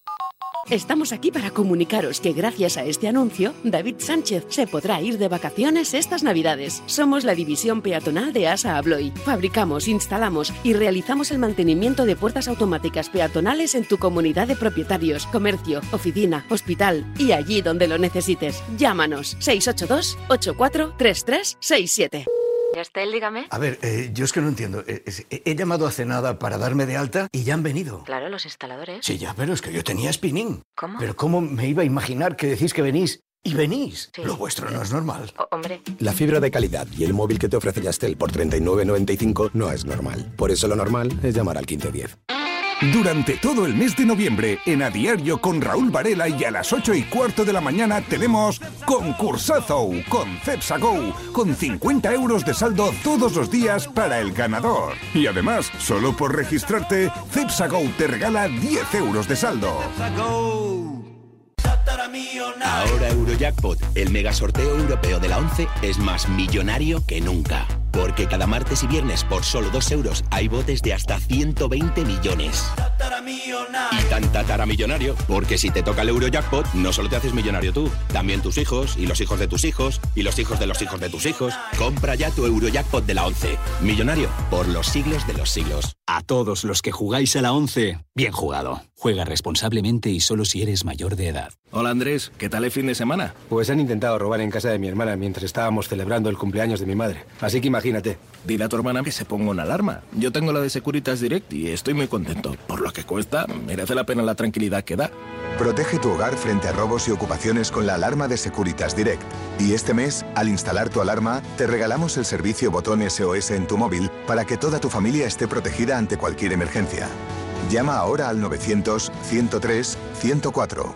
[SPEAKER 20] Estamos aquí para comunicaros que gracias a este anuncio, David Sánchez se podrá ir de vacaciones estas Navidades. Somos la división peatonal de Asa Abloy. Fabricamos, instalamos y realizamos el mantenimiento de puertas automáticas peatonales en tu comunidad de propietarios, comercio, oficina, hospital y allí donde lo necesites. Llámanos 682 843367.
[SPEAKER 22] Estel, dígame.
[SPEAKER 23] A ver, eh, yo es que no entiendo. Eh, es- He, he llamado hace nada para darme de alta y ya han venido.
[SPEAKER 22] Claro, los instaladores.
[SPEAKER 23] Sí, ya, pero es que yo tenía spinning.
[SPEAKER 22] ¿Cómo?
[SPEAKER 23] Pero ¿cómo me iba a imaginar que decís que venís y venís? Lo vuestro no es normal.
[SPEAKER 22] O- hombre.
[SPEAKER 7] La fibra de calidad y el móvil que te ofrece Yastel por 39.95 no es normal. Por eso lo normal es llamar al 1510.
[SPEAKER 24] Durante todo el mes de noviembre, en A Diario con Raúl Varela y a las 8 y cuarto de la mañana tenemos Concursazo con Cepsa Go, con 50 euros de saldo todos los días para el ganador. Y además, solo por registrarte, Cepsa Go te regala 10 euros de saldo.
[SPEAKER 8] Ahora Eurojackpot, el mega sorteo europeo de la 11, es más millonario que nunca. Porque cada martes y viernes por solo 2 euros hay botes de hasta 120 millones. Y tan tatara millonario, porque si te toca el Eurojackpot, no solo te haces millonario tú, también tus hijos, y los hijos de tus hijos, y los hijos de los hijos de tus hijos. Compra ya tu Eurojackpot de la 11. Millonario, por los siglos de los siglos.
[SPEAKER 25] A todos los que jugáis a la 11, bien jugado. Juega responsablemente y solo si eres mayor de edad.
[SPEAKER 7] Hola Andrés, ¿qué tal el fin de semana? Pues han intentado robar en casa de mi hermana mientras estábamos celebrando el cumpleaños de mi madre. Así que imagínate.
[SPEAKER 8] Dile a tu hermana que se ponga una alarma. Yo tengo la de Securitas Direct y estoy muy contento. Por lo que cuesta, merece la pena la tranquilidad que da.
[SPEAKER 9] Protege tu hogar frente a robos y ocupaciones con la alarma de Securitas Direct. Y este mes, al instalar tu alarma, te regalamos el servicio botón SOS en tu móvil para que toda tu familia esté protegida ante cualquier emergencia. Llama ahora al 900-103-104.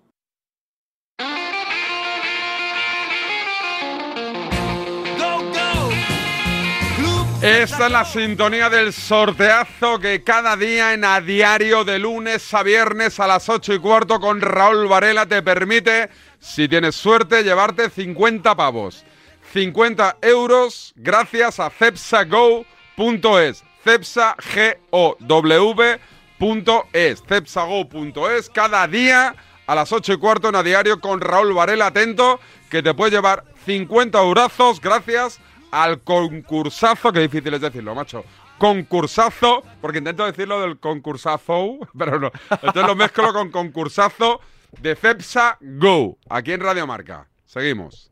[SPEAKER 1] Esta es la sintonía del sorteazo que cada día en a diario de lunes a viernes a las 8 y cuarto con Raúl Varela te permite, si tienes suerte, llevarte 50 pavos. 50 euros gracias a cepsago.es. Cepsagow.es. Cepsago.es cada día a las 8 y cuarto en a diario con Raúl Varela. Atento, que te puede llevar 50 eurazos gracias al concursazo, que difícil es decirlo, macho. Concursazo, porque intento decirlo del concursazo, pero no. Entonces lo mezclo con concursazo de Cepsa Go, aquí en Radio Marca. Seguimos.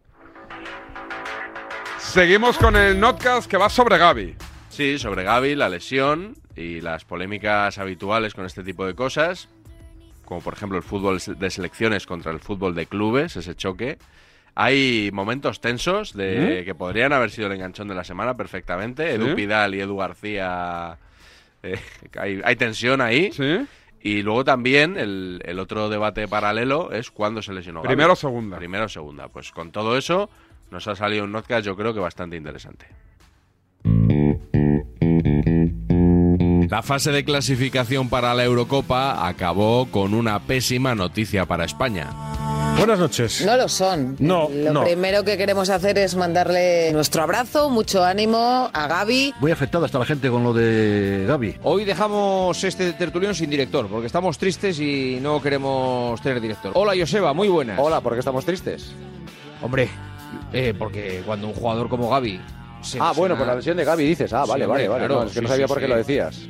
[SPEAKER 1] Seguimos con el Notcast que va sobre Gaby.
[SPEAKER 2] Sí, sobre Gaby, la lesión y las polémicas habituales con este tipo de cosas, como por ejemplo el fútbol de selecciones contra el fútbol de clubes, ese choque. Hay momentos tensos de
[SPEAKER 1] ¿Mm?
[SPEAKER 2] que podrían haber sido el enganchón de la semana perfectamente. Edu
[SPEAKER 1] Sí.
[SPEAKER 2] Pidal y Edu García. eh, hay, hay tensión ahí. Y luego también el, el otro debate paralelo es cuándo se lesionó. Gavi.
[SPEAKER 1] Primero o segunda.
[SPEAKER 2] Primero o segunda. Pues con todo eso nos ha salido un podcast yo creo que bastante interesante. La fase de clasificación para la Eurocopa acabó con una pésima noticia para España.
[SPEAKER 3] Buenas noches.
[SPEAKER 20] No lo son.
[SPEAKER 3] No,
[SPEAKER 20] Lo
[SPEAKER 3] no.
[SPEAKER 20] primero que queremos hacer es mandarle nuestro abrazo, mucho ánimo a Gaby.
[SPEAKER 3] Muy afectada está la gente con lo de Gaby.
[SPEAKER 7] Hoy dejamos este tertulión sin director, porque estamos tristes y no queremos tener director. Hola, Joseba, muy buenas. Hola, ¿por qué estamos tristes? Hombre, eh, porque cuando un jugador como Gaby... se
[SPEAKER 26] Ah, bueno,
[SPEAKER 7] lesiona-
[SPEAKER 26] por la lesión de Gaby dices. Ah,
[SPEAKER 7] Sí,
[SPEAKER 26] vale, vale,
[SPEAKER 7] hombre,
[SPEAKER 26] vale.
[SPEAKER 7] claro,
[SPEAKER 26] No, es que no
[SPEAKER 7] sí,
[SPEAKER 26] sabía
[SPEAKER 7] sí,
[SPEAKER 26] por qué
[SPEAKER 7] sí.
[SPEAKER 26] lo decías.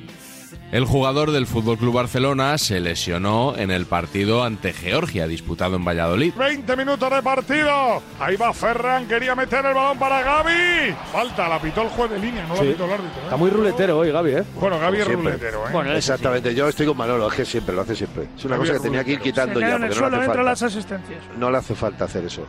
[SPEAKER 2] El jugador del FC Barcelona se lesionó en el partido ante Georgia, disputado en Valladolid.
[SPEAKER 3] 20 minutos de partido. Ahí va Ferran, quería meter el balón para Gaby. Falta, la pitó el juez de línea, no
[SPEAKER 27] Sí.
[SPEAKER 3] la pitó el árbitro. ¿eh?
[SPEAKER 27] Está muy ruletero hoy, Gaby, ¿eh?
[SPEAKER 3] Bueno, Gaby es
[SPEAKER 27] Como siempre.
[SPEAKER 3] ruletero, ¿eh?
[SPEAKER 27] Exactamente, yo estoy con Manolo, es que siempre, lo hace siempre. Es una
[SPEAKER 3] Gaby
[SPEAKER 27] cosa que
[SPEAKER 3] es
[SPEAKER 27] tenía que ir
[SPEAKER 3] ruletero.
[SPEAKER 27] quitando ya, porque no le hace falta.
[SPEAKER 15] asistencias.
[SPEAKER 27] No le hace falta hacer eso.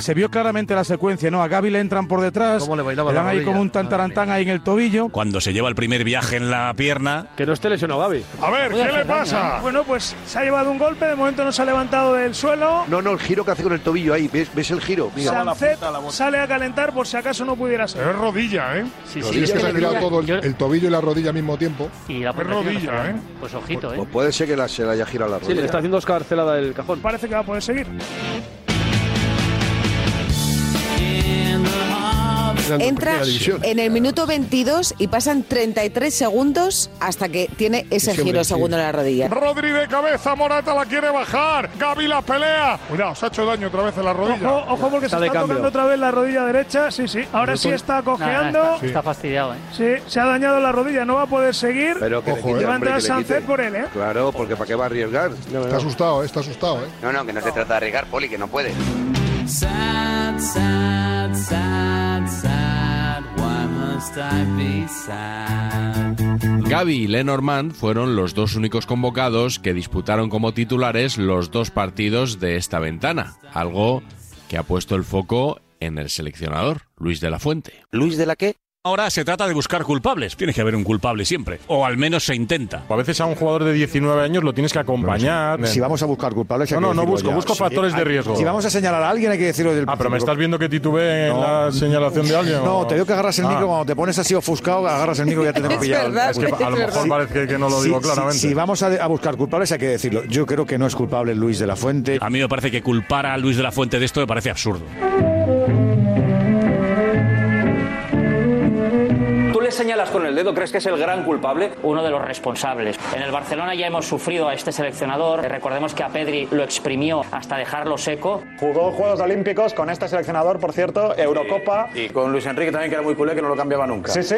[SPEAKER 3] Se vio claramente la secuencia, ¿no? A Gaby le entran por detrás. ¿Cómo le
[SPEAKER 15] bailaba la
[SPEAKER 3] dan ahí
[SPEAKER 15] rodilla?
[SPEAKER 3] como un tantarantán ahí en el tobillo.
[SPEAKER 17] Cuando se lleva el primer viaje en la pierna.
[SPEAKER 3] Que no esté lesionado Gaby.
[SPEAKER 15] A
[SPEAKER 3] ver, ¿qué le pasa?
[SPEAKER 15] Bueno, pues se ha llevado un golpe, de momento no se ha levantado del suelo.
[SPEAKER 27] No, no, el giro que hace con el tobillo ahí, ¿ves, ves el giro? Mira.
[SPEAKER 15] Sancet sale a calentar por si acaso no pudiera ser.
[SPEAKER 3] Es rodilla, ¿eh?
[SPEAKER 15] Sí,
[SPEAKER 9] Rodríguez se ha tirado todo el,
[SPEAKER 15] Yo-
[SPEAKER 9] el tobillo y la rodilla al mismo tiempo.
[SPEAKER 15] Y la
[SPEAKER 9] protección rodilla, que se ¿eh?
[SPEAKER 15] Pues ojito,
[SPEAKER 27] Pues puede ser que la, se la haya girado la rodilla.
[SPEAKER 15] haciendo escarcelada el cajón. Parece que va a poder seguir.
[SPEAKER 20] Entra en el minuto 22 y pasan 33 segundos hasta que tiene ese giro segundo en la rodilla.
[SPEAKER 3] Rodri de cabeza, Morata la quiere bajar. Gaby la pelea. Cuidado, se ha hecho daño otra vez en la rodilla.
[SPEAKER 15] Ojo, ojo porque
[SPEAKER 3] Está
[SPEAKER 15] se
[SPEAKER 3] de
[SPEAKER 15] está
[SPEAKER 3] cambio.
[SPEAKER 15] tocando otra vez la rodilla derecha. Sí, sí. Ahora sí está cojeando.
[SPEAKER 3] fastidiado, ¿eh?
[SPEAKER 15] Sí, se ha dañado la rodilla, no va a poder seguir.
[SPEAKER 27] Pero que le quite,
[SPEAKER 15] le va
[SPEAKER 27] hombre,
[SPEAKER 15] a entrar
[SPEAKER 27] que le
[SPEAKER 15] Sancet
[SPEAKER 27] quite.
[SPEAKER 15] por él, ¿eh?
[SPEAKER 27] Claro, porque ¿para qué va a arriesgar?
[SPEAKER 9] eh. Está asustado, ¿eh? está asustado, ¿eh?
[SPEAKER 28] No, no, que no se trata de arriesgar, Poli, que no puede.
[SPEAKER 2] Gaby y Lenormand fueron los dos únicos convocados que disputaron como titulares los dos partidos de esta ventana, algo que ha puesto el foco en el seleccionador, Luis de la Fuente.
[SPEAKER 28] ¿Luis de la qué?
[SPEAKER 17] Ahora se trata de buscar culpables. Tiene que haber un culpable siempre. O al menos se intenta.
[SPEAKER 3] A veces a un jugador de 19 años lo tienes que acompañar.
[SPEAKER 17] Si
[SPEAKER 3] vamos a buscar culpables,
[SPEAKER 17] hay
[SPEAKER 3] eh. no,
[SPEAKER 17] que
[SPEAKER 3] no, no
[SPEAKER 17] decirlo
[SPEAKER 3] busco,
[SPEAKER 17] ya.
[SPEAKER 3] busco
[SPEAKER 17] Sí,
[SPEAKER 3] factores de
[SPEAKER 17] hay-
[SPEAKER 3] riesgo.
[SPEAKER 17] si
[SPEAKER 3] vamos a señalar a alguien hay que decirlo del
[SPEAKER 17] Ah, pero me estás
[SPEAKER 3] viendo que titubeé
[SPEAKER 17] en
[SPEAKER 3] la señalación de alguien.
[SPEAKER 17] No, te veo que agarras el micro
[SPEAKER 3] cuando
[SPEAKER 17] te pones así ofuscado, agarras el micro y ya te tengo
[SPEAKER 3] Es
[SPEAKER 17] pillado.
[SPEAKER 3] verdad, Es que a lo es mejor verdad. parece que no lo digo claramente.
[SPEAKER 17] Si, vamos a, a buscar culpables hay que decirlo. Yo creo que no es culpable Luis de la Fuente. A mí me parece que culpar a Luis de la Fuente de esto me parece absurdo.
[SPEAKER 22] ¿Tú le señalas con el dedo? ¿Crees que es el gran culpable? Uno de los responsables. En el Barcelona ya hemos sufrido a este seleccionador. Recordemos que a Pedri lo exprimió hasta dejarlo seco.
[SPEAKER 29] Jugó Juegos Olímpicos con este seleccionador, por cierto, Eurocopa.
[SPEAKER 17] Y con Luis Enrique también que era muy culé que no lo cambiaba nunca.
[SPEAKER 29] Sí, sí.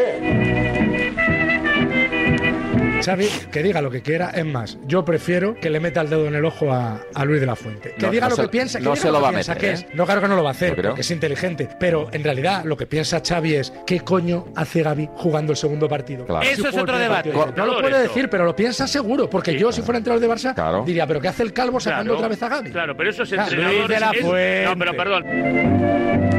[SPEAKER 11] Xavi, que diga lo que quiera, es más, yo prefiero que le meta el dedo en el ojo a, a Luis de la Fuente. Que
[SPEAKER 26] No,
[SPEAKER 11] diga
[SPEAKER 26] no
[SPEAKER 11] lo
[SPEAKER 26] se-
[SPEAKER 11] que piensa, que
[SPEAKER 26] no
[SPEAKER 11] diga
[SPEAKER 26] se lo va a
[SPEAKER 11] piensa,
[SPEAKER 26] meter,
[SPEAKER 11] que
[SPEAKER 26] ¿eh?
[SPEAKER 11] es- No, claro que no lo va a hacer,
[SPEAKER 26] Yo creo.
[SPEAKER 11] porque es inteligente, pero en realidad lo que piensa Xavi es ¿qué coño hace Gaby jugando el segundo partido?
[SPEAKER 26] Claro.
[SPEAKER 11] Si
[SPEAKER 26] Eso es
[SPEAKER 11] juega el
[SPEAKER 26] otro
[SPEAKER 11] primer
[SPEAKER 26] debate.
[SPEAKER 11] partido. No lo
[SPEAKER 26] Correcto.
[SPEAKER 11] puede decir, pero lo piensa seguro, porque yo si fuera entrenador de Barça
[SPEAKER 26] Claro.
[SPEAKER 11] diría, pero ¿qué hace el calvo sacando
[SPEAKER 29] Claro.
[SPEAKER 11] otra vez a Gaby?
[SPEAKER 29] Claro, pero eso es
[SPEAKER 11] Claro.
[SPEAKER 29] entrenador.
[SPEAKER 11] Luis de la
[SPEAKER 29] es-
[SPEAKER 11] Fuente.
[SPEAKER 29] No, pero perdón.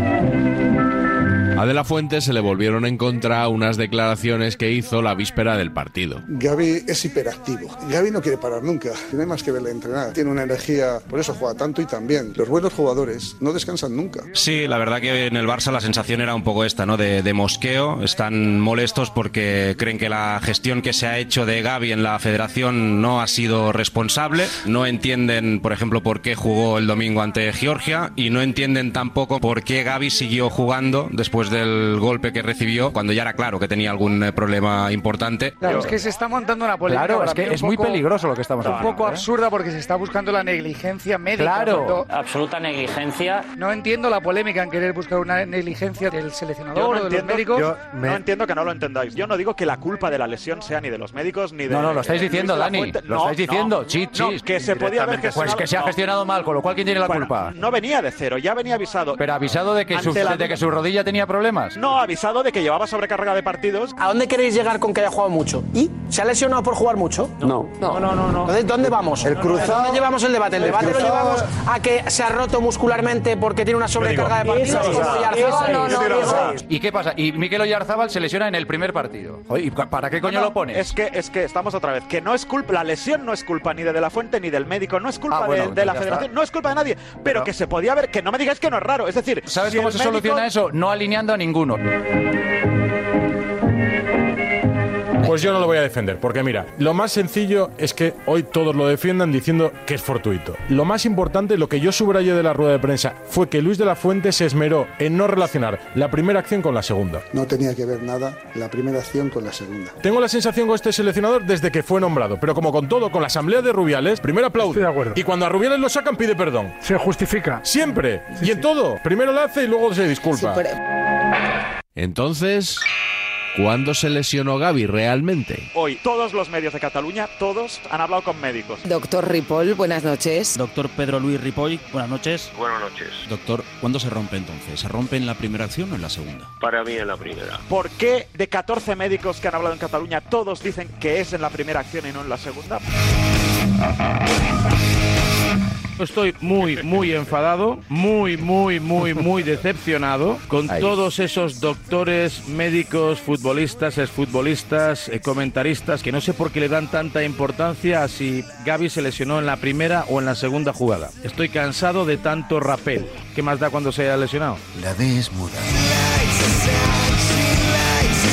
[SPEAKER 2] A de la Fuente se le volvieron en contra unas declaraciones que hizo la víspera del partido.
[SPEAKER 9] Gaby es hiperactivo. Gaby no quiere parar nunca. No hay más que verle entrenar. Tiene una energía, por eso juega tanto y también. Los buenos jugadores no descansan nunca.
[SPEAKER 11] Sí, la verdad que en el Barça la sensación era un poco esta, ¿no? De, de mosqueo. Están molestos porque creen que la gestión que se ha hecho de Gaby en la federación no ha sido responsable. No entienden, por ejemplo, por qué jugó el domingo ante Georgia y no entienden tampoco por qué Gaby siguió jugando después del golpe que recibió cuando ya era claro que tenía algún eh, problema importante.
[SPEAKER 30] Claro, es que se está montando una polémica.
[SPEAKER 17] Claro,
[SPEAKER 30] para
[SPEAKER 17] es que
[SPEAKER 30] mí un
[SPEAKER 17] es muy
[SPEAKER 30] poco-
[SPEAKER 17] peligroso lo que estamos
[SPEAKER 30] Un
[SPEAKER 17] haciendo,
[SPEAKER 30] poco
[SPEAKER 17] ¿eh?
[SPEAKER 30] absurda porque se está buscando la negligencia médica. Cuando
[SPEAKER 22] Absoluta negligencia.
[SPEAKER 30] No entiendo la polémica en querer buscar una negligencia del seleccionador o
[SPEAKER 29] Yo no,
[SPEAKER 30] de los
[SPEAKER 29] entiendo,
[SPEAKER 30] médicos.
[SPEAKER 29] yo no entiendo que no lo entendáis. Yo no digo que la culpa de la lesión sea ni de los médicos ni de.
[SPEAKER 8] No, no, lo estáis
[SPEAKER 29] Luis de
[SPEAKER 8] diciendo,
[SPEAKER 29] la
[SPEAKER 8] Dani.
[SPEAKER 29] Fuente.
[SPEAKER 8] Lo
[SPEAKER 29] No,
[SPEAKER 8] estáis diciendo.
[SPEAKER 29] no,
[SPEAKER 8] Chit,
[SPEAKER 29] no,
[SPEAKER 8] chit.
[SPEAKER 29] que se podía haber
[SPEAKER 8] Directamente.
[SPEAKER 29] gestionado.
[SPEAKER 8] Pues que se ha
[SPEAKER 29] no.
[SPEAKER 8] gestionado mal, con lo cual, ¿quién tiene la
[SPEAKER 29] Bueno,
[SPEAKER 8] culpa?
[SPEAKER 29] No venía de cero, ya venía avisado.
[SPEAKER 8] Pero avisado de que, su,
[SPEAKER 29] Ante la-
[SPEAKER 8] de que su rodilla tenía problemas.
[SPEAKER 29] No, avisado de que llevaba sobrecarga de partidos.
[SPEAKER 19] ¿A dónde queréis llegar con que haya jugado mucho? ¿Y? ¿Se ha lesionado por jugar mucho? No. No, no, no. Entonces, ¿dónde vamos? El cruzado- ¿Dónde llevamos el debate? El el debate cruzado- lo llevamos a que se ha roto muscularmente porque tiene una sobrecarga de
[SPEAKER 8] Esa
[SPEAKER 19] partidos.
[SPEAKER 8] es
[SPEAKER 19] como
[SPEAKER 8] la-
[SPEAKER 19] Yarzábal.
[SPEAKER 8] esa
[SPEAKER 19] No,
[SPEAKER 8] es.
[SPEAKER 19] no, no, no.
[SPEAKER 8] ¿Y qué pasa? Y Mikel Oyarzábal se lesiona en el primer partido. Oye, ¿y pa- ¿Para qué coño
[SPEAKER 29] No,
[SPEAKER 8] lo pones?
[SPEAKER 29] Es que, es que estamos otra vez. Que no es culpa, la lesión no es culpa ni de De La Fuente ni del médico, no es culpa
[SPEAKER 8] Ah, bueno,
[SPEAKER 29] de, de la
[SPEAKER 8] ya
[SPEAKER 29] federación,
[SPEAKER 8] está.
[SPEAKER 29] no es culpa de nadie. Pero, que se podía haber, que no me digáis que no es raro. Es decir,
[SPEAKER 8] ¿Sabes
[SPEAKER 29] si
[SPEAKER 8] cómo
[SPEAKER 29] el
[SPEAKER 8] se
[SPEAKER 29] médico-
[SPEAKER 8] soluciona eso? No alineando a ninguno.
[SPEAKER 4] Vale.
[SPEAKER 17] Pues yo no lo voy a defender, porque mira, lo más sencillo es que hoy todos lo defiendan diciendo que es fortuito. Lo más importante, lo que yo subrayé de la rueda de prensa, fue que Luis de la Fuente se esmeró en no relacionar la primera acción con la segunda.
[SPEAKER 6] No tenía que ver nada la primera acción con la segunda.
[SPEAKER 17] Tengo la sensación con este seleccionador desde que fue nombrado, pero como con todo, con la asamblea de Rubiales, primero aplaude. Y cuando a Rubiales lo sacan, pide perdón.
[SPEAKER 3] Se justifica.
[SPEAKER 17] Siempre. y en todo. Primero lo hace y luego se disculpa.
[SPEAKER 2] Entonces, ¿cuándo se lesionó Gaby realmente?
[SPEAKER 29] Hoy todos los medios de Cataluña, todos han hablado con médicos.
[SPEAKER 4] Doctor Ripoll, buenas noches.
[SPEAKER 13] Doctor Pedro Luis Ripoll, buenas noches.
[SPEAKER 15] Buenas noches.
[SPEAKER 13] Doctor, ¿cuándo se rompe entonces? ¿Se rompe en la primera acción o en la segunda?
[SPEAKER 15] Para mí es la primera.
[SPEAKER 29] ¿Por qué de 14 médicos que han hablado en Cataluña todos dicen que es en la primera acción y no en la segunda?
[SPEAKER 7] Estoy muy, muy enfadado, muy, muy, muy, muy decepcionado con
[SPEAKER 13] Ahí.
[SPEAKER 7] todos esos doctores, médicos, futbolistas, exfutbolistas, eh, comentaristas, que no sé por qué le dan tanta importancia a si Gaby se lesionó en la primera o en la segunda jugada. Estoy cansado de tanto rapel. ¿Qué más da cuando se haya lesionado?
[SPEAKER 13] La D es muda.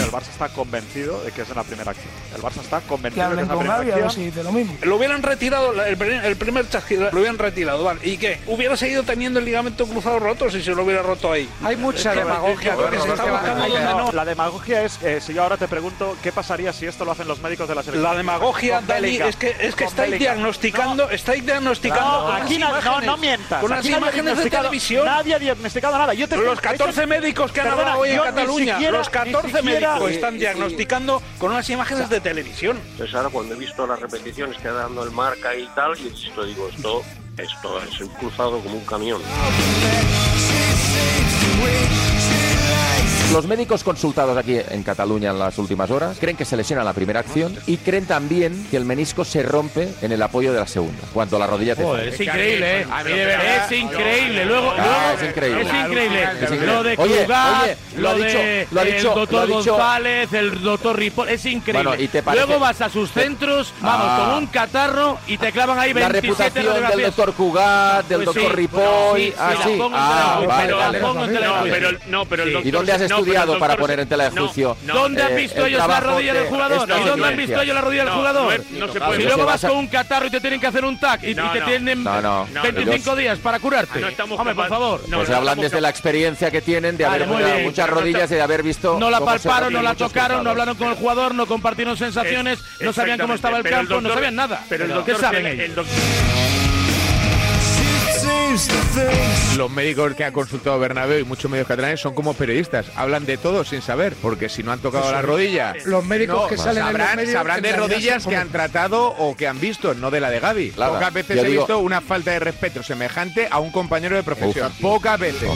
[SPEAKER 29] El Barça está convencido de que es en la primera acción. El Barça está convencido de que
[SPEAKER 31] hablen
[SPEAKER 29] es en la
[SPEAKER 31] con
[SPEAKER 29] primera
[SPEAKER 31] Gaby a ver
[SPEAKER 29] acción.
[SPEAKER 31] si dice lo mismo.
[SPEAKER 19] Lo hubieran retirado, la- el, pri- el primer chasquido lo hubieran retirado, ¿vale? ¿Y qué? Hubiera seguido teniendo el ligamento cruzado roto si se lo hubiera roto ahí.
[SPEAKER 31] Hay mucha
[SPEAKER 19] Es que-
[SPEAKER 31] demagogia
[SPEAKER 19] es
[SPEAKER 31] con
[SPEAKER 19] que- es que se
[SPEAKER 31] esto.
[SPEAKER 19] está buscando
[SPEAKER 29] Ay,
[SPEAKER 19] donde
[SPEAKER 29] no,
[SPEAKER 19] no.
[SPEAKER 29] La demagogia es, eh, si yo ahora te pregunto, ¿qué pasaría si esto lo hacen los médicos de la selección?
[SPEAKER 19] La demagogia,
[SPEAKER 29] Con
[SPEAKER 19] Dani,
[SPEAKER 29] Bellingham,
[SPEAKER 19] es que, es que
[SPEAKER 29] con
[SPEAKER 19] estáis
[SPEAKER 29] Bellingham.
[SPEAKER 19] diagnosticando, estáis diagnosticando.
[SPEAKER 29] No,
[SPEAKER 19] con unas
[SPEAKER 29] aquí no, no,
[SPEAKER 19] imágenes-
[SPEAKER 29] no mientas.
[SPEAKER 19] Con unas
[SPEAKER 29] Aquí nadie ha
[SPEAKER 19] imágenes de
[SPEAKER 29] diagnosticado-
[SPEAKER 19] televisión.
[SPEAKER 29] Nadie ha diagnosticado nada. Yo te
[SPEAKER 19] Los 14 médicos que han
[SPEAKER 29] Perdona,
[SPEAKER 19] hablado hoy en
[SPEAKER 29] yo ni
[SPEAKER 19] Cataluña,
[SPEAKER 29] siquiera-
[SPEAKER 19] los
[SPEAKER 29] ni
[SPEAKER 19] 14
[SPEAKER 29] siquiera-
[SPEAKER 19] médicos
[SPEAKER 29] Sí,
[SPEAKER 19] están
[SPEAKER 29] sí.
[SPEAKER 19] diagnosticando con unas imágenes de televisión.
[SPEAKER 15] Entonces pues ahora cuando he visto las repeticiones que ha dado el marca y tal, y esto digo, esto, esto es un cruzado como un camión.
[SPEAKER 8] Los médicos consultados aquí en Cataluña en las últimas horas creen que se lesiona en la primera acción y creen también que el menisco se rompe en el Ah, apoyo de la segunda, cuando la rodilla te
[SPEAKER 7] Joder,
[SPEAKER 8] falla.
[SPEAKER 7] es increíble, ¿eh?
[SPEAKER 8] mí de verdad-
[SPEAKER 7] Es increíble. Luego,
[SPEAKER 8] Ah,
[SPEAKER 7] luego-
[SPEAKER 8] es increíble.
[SPEAKER 7] es increíble.
[SPEAKER 8] Es increíble.
[SPEAKER 7] Lo de
[SPEAKER 8] Oye,
[SPEAKER 7] Crudaz,
[SPEAKER 8] oye, lo ha
[SPEAKER 7] lo,
[SPEAKER 8] dicho-
[SPEAKER 7] de
[SPEAKER 8] lo ha dicho-
[SPEAKER 7] el doctor
[SPEAKER 8] lo ha dicho-
[SPEAKER 7] González, el doctor Ripoll, es increíble.
[SPEAKER 8] Bueno, ¿y te parece-
[SPEAKER 7] Luego vas a sus
[SPEAKER 8] te-
[SPEAKER 7] centros, vamos,
[SPEAKER 8] Ah.
[SPEAKER 7] con un catarro y te clavan ahí
[SPEAKER 8] La
[SPEAKER 7] 27
[SPEAKER 8] reputación del
[SPEAKER 7] radiografías.
[SPEAKER 8] doctor Cugat, del
[SPEAKER 7] Pues sí,
[SPEAKER 8] doctor Ripoll.
[SPEAKER 7] bueno, sí, sí,
[SPEAKER 8] ah,
[SPEAKER 7] la
[SPEAKER 8] sí.
[SPEAKER 7] pongo entre
[SPEAKER 8] Ah,
[SPEAKER 7] la-
[SPEAKER 8] vale,
[SPEAKER 7] pero la
[SPEAKER 8] vale.
[SPEAKER 7] pongo entre la-
[SPEAKER 8] Vale.
[SPEAKER 7] pero el- no, pero el
[SPEAKER 8] Sí. ¿Y
[SPEAKER 7] doctor
[SPEAKER 8] dónde has
[SPEAKER 7] se- no, pero el
[SPEAKER 8] estudiado para
[SPEAKER 7] doctor
[SPEAKER 8] poner en tela de
[SPEAKER 7] no,
[SPEAKER 8] juicio?
[SPEAKER 7] no. eh, ¿Dónde han visto ellos la rodilla del jugador? ¿Y dónde han visto ellos la rodilla del jugador? Si luego vas con un catarro y te tienen que hacer un tac y,
[SPEAKER 8] No,
[SPEAKER 7] y te
[SPEAKER 8] no.
[SPEAKER 7] tienen
[SPEAKER 8] No, no. No,
[SPEAKER 7] 25
[SPEAKER 8] no.
[SPEAKER 7] días para curarte.
[SPEAKER 8] No
[SPEAKER 7] Hombre, por favor.
[SPEAKER 8] pues hablan desde la experiencia que tienen de
[SPEAKER 7] Vale,
[SPEAKER 8] haber
[SPEAKER 7] muy
[SPEAKER 8] jugado
[SPEAKER 7] bien.
[SPEAKER 8] muchas rodillas y de haber visto.
[SPEAKER 7] No la
[SPEAKER 8] cómo se
[SPEAKER 7] palparon, no
[SPEAKER 8] rompen
[SPEAKER 7] la
[SPEAKER 8] muchos
[SPEAKER 7] tocaron, no
[SPEAKER 8] cruzados.
[SPEAKER 7] hablaron con el jugador, no compartieron sensaciones, no sabían cómo estaba el
[SPEAKER 31] Pero el
[SPEAKER 7] campo, no
[SPEAKER 31] doctor-
[SPEAKER 7] sabían nada.
[SPEAKER 31] pero el
[SPEAKER 7] ¿Qué
[SPEAKER 31] doctor
[SPEAKER 7] saben
[SPEAKER 31] tiene-
[SPEAKER 7] ellos?
[SPEAKER 20] Los médicos que ha consultado Bernabéu y muchos medios catalanes son como periodistas, hablan de todo sin saber, porque si no han tocado
[SPEAKER 31] Eso
[SPEAKER 20] la
[SPEAKER 31] es.
[SPEAKER 20] rodilla,
[SPEAKER 31] Los médicos
[SPEAKER 20] no,
[SPEAKER 31] que salen en
[SPEAKER 20] sabrán,
[SPEAKER 31] los medios,
[SPEAKER 20] sabrán
[SPEAKER 31] en
[SPEAKER 20] de
[SPEAKER 31] realidad
[SPEAKER 20] rodillas
[SPEAKER 31] son
[SPEAKER 20] que
[SPEAKER 31] como-
[SPEAKER 20] han tratado o que han visto, no de la de Gaby. Claro. Pocas veces Yo he digo- visto una falta de respeto semejante a un compañero de profesión.
[SPEAKER 8] Uf.
[SPEAKER 20] Pocas veces.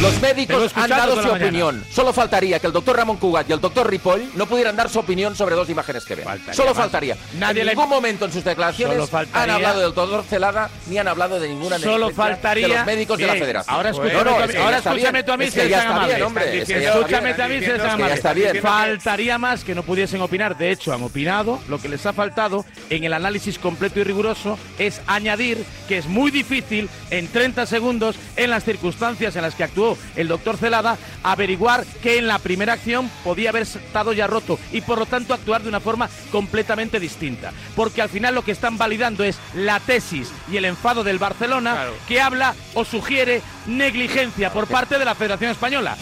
[SPEAKER 8] Los
[SPEAKER 20] Te lo he
[SPEAKER 8] médicos han
[SPEAKER 20] escuchado
[SPEAKER 8] dado
[SPEAKER 20] toda
[SPEAKER 8] su
[SPEAKER 20] la mañana.
[SPEAKER 8] opinión. Solo faltaría que el doctor Ramón Cugat y el doctor Ripoll no pudieran dar su opinión sobre dos imágenes que ven. Solo
[SPEAKER 20] más.
[SPEAKER 8] faltaría.
[SPEAKER 20] Nadie
[SPEAKER 8] en
[SPEAKER 20] le-
[SPEAKER 8] ningún momento en sus
[SPEAKER 20] Solo
[SPEAKER 8] declaraciones
[SPEAKER 20] faltaría-
[SPEAKER 8] han hablado del doctor Celaga ni han hablado de ninguna
[SPEAKER 7] Solo
[SPEAKER 8] negligencia
[SPEAKER 7] faltaría-
[SPEAKER 8] de los médicos de la
[SPEAKER 7] Bien,
[SPEAKER 8] Federación.
[SPEAKER 7] ahora escúchame tú a mí-
[SPEAKER 8] es que
[SPEAKER 7] ahora
[SPEAKER 8] ya está
[SPEAKER 7] escúchame
[SPEAKER 8] bien.
[SPEAKER 7] tú a mí
[SPEAKER 8] Es
[SPEAKER 7] si
[SPEAKER 8] que
[SPEAKER 7] eres
[SPEAKER 8] ya
[SPEAKER 7] tan
[SPEAKER 8] está
[SPEAKER 7] amable.
[SPEAKER 8] bien, hombre. Es que ya está
[SPEAKER 7] Escúchame
[SPEAKER 8] bien.
[SPEAKER 7] también,
[SPEAKER 8] Es que ya está bien.
[SPEAKER 7] Faltaría más que no pudiesen opinar. De hecho, han opinado. Lo que les ha faltado en el análisis completo y riguroso es añadir que es muy difícil en 30 segundos, en las circunstancias en las que actuó el doctor Celada, averiguar que en la primera acción podía haber estado ya roto y por lo tanto actuar de una forma completamente distinta. Porque al final lo que están validando es la tesis y el enfado del Barcelona que habla o sugiere negligencia por parte de la Federación Española.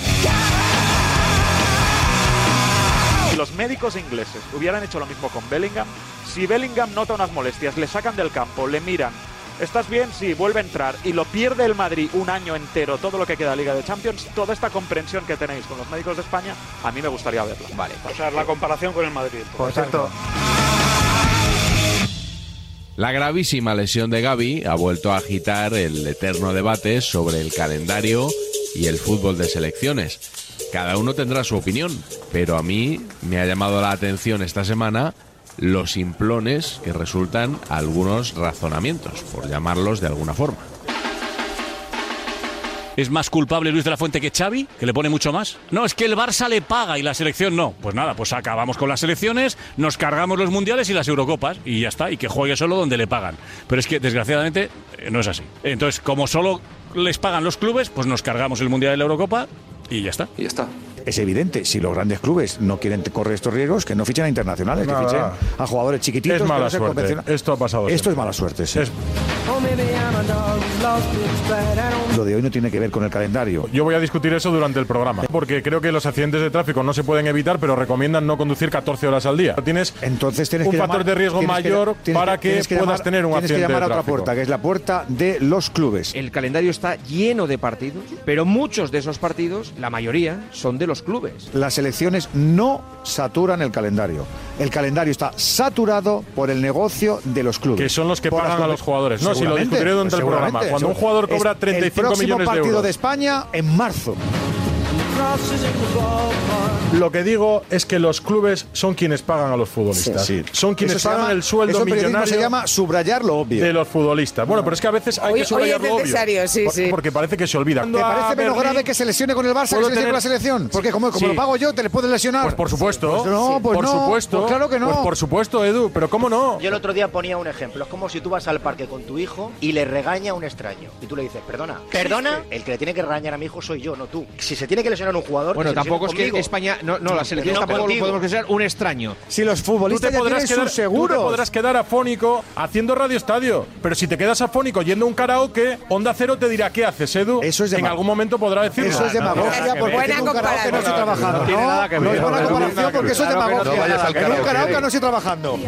[SPEAKER 29] Si los médicos ingleses hubieran hecho lo mismo con Bellingham, si Bellingham nota unas molestias, le sacan del campo, le miran, ¿estás bien? Sí, vuelve a entrar y lo pierde el Madrid un año entero, todo lo que queda de Liga de Champions, toda esta comprensión que tenéis con los médicos de España, a mí me gustaría verla. Vale.
[SPEAKER 19] O sea, la comparación con el Madrid.
[SPEAKER 31] Por cierto,
[SPEAKER 2] La gravísima lesión de Gaby ha vuelto a agitar el eterno debate sobre el calendario y el fútbol de selecciones. Cada uno tendrá su opinión, pero a mí me ha llamado la atención esta semana los simplones que resultan algunos razonamientos, por llamarlos de alguna forma.
[SPEAKER 20] ¿Es más culpable Luis de la Fuente que Xavi, que le pone mucho más? No, es que el Barça le paga y la selección no. Pues nada, pues acabamos con las selecciones, nos cargamos los mundiales y las Eurocopas y ya está, y que juegue solo donde le pagan. Pero es que desgraciadamente eh, no es así. Entonces, como solo les pagan los clubes, pues nos cargamos el mundial y la Eurocopa y ya está. Y ya está.
[SPEAKER 9] Es evidente, si los grandes clubes no quieren te- correr estos riesgos, que no fichen a internacionales, que
[SPEAKER 17] Nada.
[SPEAKER 9] fichen a jugadores chiquititos.
[SPEAKER 17] Es
[SPEAKER 9] que no
[SPEAKER 17] mala
[SPEAKER 9] sean
[SPEAKER 17] suerte.
[SPEAKER 9] convencionales.
[SPEAKER 17] Esto ha pasado
[SPEAKER 9] Esto
[SPEAKER 17] siempre.
[SPEAKER 9] es mala suerte, sí.
[SPEAKER 19] Oh, maybe I'm a dog who's lost its pride. I don't
[SPEAKER 9] Lo de hoy no tiene que ver con el calendario.
[SPEAKER 17] Yo voy a discutir eso durante el programa, porque creo que los accidentes de tráfico no se pueden evitar, pero recomiendan no conducir 14 horas al día. Tienes
[SPEAKER 9] Entonces tienes
[SPEAKER 17] un
[SPEAKER 9] que
[SPEAKER 17] factor
[SPEAKER 9] llamar-
[SPEAKER 17] de riesgo
[SPEAKER 9] tienes que-
[SPEAKER 17] mayor
[SPEAKER 9] tienes
[SPEAKER 17] para que,
[SPEAKER 9] tienes
[SPEAKER 17] puedas
[SPEAKER 9] llamar-
[SPEAKER 17] tener un
[SPEAKER 9] Tienes que
[SPEAKER 17] accidente
[SPEAKER 9] llamar a
[SPEAKER 17] de
[SPEAKER 9] otra
[SPEAKER 17] tráfico.
[SPEAKER 9] puerta, que es la puerta de los clubes.
[SPEAKER 32] El calendario está lleno de partidos, pero muchos de esos partidos, la mayoría, son de los clubes.
[SPEAKER 9] Las elecciones no saturan el calendario. El calendario está saturado por el negocio de los clubes.
[SPEAKER 17] Que son los que
[SPEAKER 9] Por las
[SPEAKER 17] pagan a
[SPEAKER 9] conve-
[SPEAKER 17] los jugadores. No, si lo
[SPEAKER 9] Seguramente, pues
[SPEAKER 17] discutiré durante el programa.
[SPEAKER 9] seguramente.
[SPEAKER 17] Cuando un jugador cobra
[SPEAKER 9] Es
[SPEAKER 17] 35
[SPEAKER 9] el próximo
[SPEAKER 17] millones de
[SPEAKER 9] partido
[SPEAKER 17] euros.
[SPEAKER 9] de España en marzo.
[SPEAKER 19] crosses in the ballpark.
[SPEAKER 17] Lo que digo es que los clubes son quienes pagan a los futbolistas.
[SPEAKER 9] Sí, sí.
[SPEAKER 17] Son quienes
[SPEAKER 9] Eso se
[SPEAKER 17] pagan
[SPEAKER 9] llama-
[SPEAKER 17] el sueldo
[SPEAKER 9] eso en periodismo
[SPEAKER 17] millonario.
[SPEAKER 9] se llama subrayar lo obvio.
[SPEAKER 17] De los futbolistas. Bueno, pero es que a veces hay
[SPEAKER 33] Hoy- hoy
[SPEAKER 17] que subrayar
[SPEAKER 33] es
[SPEAKER 17] lo obvio.
[SPEAKER 33] necesario, sí,
[SPEAKER 17] Por-
[SPEAKER 33] sí.
[SPEAKER 17] Porque parece que se olvida. Ah,
[SPEAKER 9] ¿Te parece menos grave que se lesione con el Barça que
[SPEAKER 17] puedo
[SPEAKER 9] se lesione
[SPEAKER 17] tener-
[SPEAKER 9] con la selección? Porque como, como
[SPEAKER 17] Sí.
[SPEAKER 9] lo pago yo, te le puedes lesionar.
[SPEAKER 17] Pues por supuesto.
[SPEAKER 9] Pues no, pues
[SPEAKER 17] por
[SPEAKER 9] no,
[SPEAKER 17] supuesto.
[SPEAKER 9] pues claro que no.
[SPEAKER 17] Pues por supuesto, Edu, pero ¿cómo no?
[SPEAKER 8] Yo el otro día ponía un ejemplo. Es como si tú vas al parque con tu hijo y le regaña a un extraño. Y tú le dices, perdona. ¿Perdona? El que le tiene que regañar a mi hijo soy yo, no tú. Si se tiene que lesionar un jugador.
[SPEAKER 32] Bueno,
[SPEAKER 8] que se
[SPEAKER 32] tampoco es
[SPEAKER 8] lesione
[SPEAKER 32] que
[SPEAKER 8] conmigo.
[SPEAKER 32] España. No, no las selecciones
[SPEAKER 8] No
[SPEAKER 32] tampoco lo
[SPEAKER 8] contigo.
[SPEAKER 32] podemos que ser un extraño.
[SPEAKER 9] Si los futbolistas ya tienen
[SPEAKER 17] quedar,
[SPEAKER 9] sus seguros.
[SPEAKER 17] tú te podrás quedar afónico haciendo Radio Estadio, pero si te quedas afónico yendo a un karaoke, Onda Cero te dirá qué haces, Edu. Eso es en
[SPEAKER 9] demag-
[SPEAKER 17] algún momento podrá decirlo. Ah,
[SPEAKER 9] Eso es demagogia, porque en un karaoke no estoy trabajando.
[SPEAKER 17] tiene nada que
[SPEAKER 9] No, no
[SPEAKER 17] ver.
[SPEAKER 9] es buena
[SPEAKER 17] No, no tiene nada
[SPEAKER 9] comparación
[SPEAKER 17] que
[SPEAKER 9] porque eso es
[SPEAKER 17] ver. Claro que no
[SPEAKER 9] demagogia.
[SPEAKER 17] vayas al
[SPEAKER 9] En un
[SPEAKER 17] karaoke.
[SPEAKER 9] karaoke no estoy trabajando.
[SPEAKER 19] Why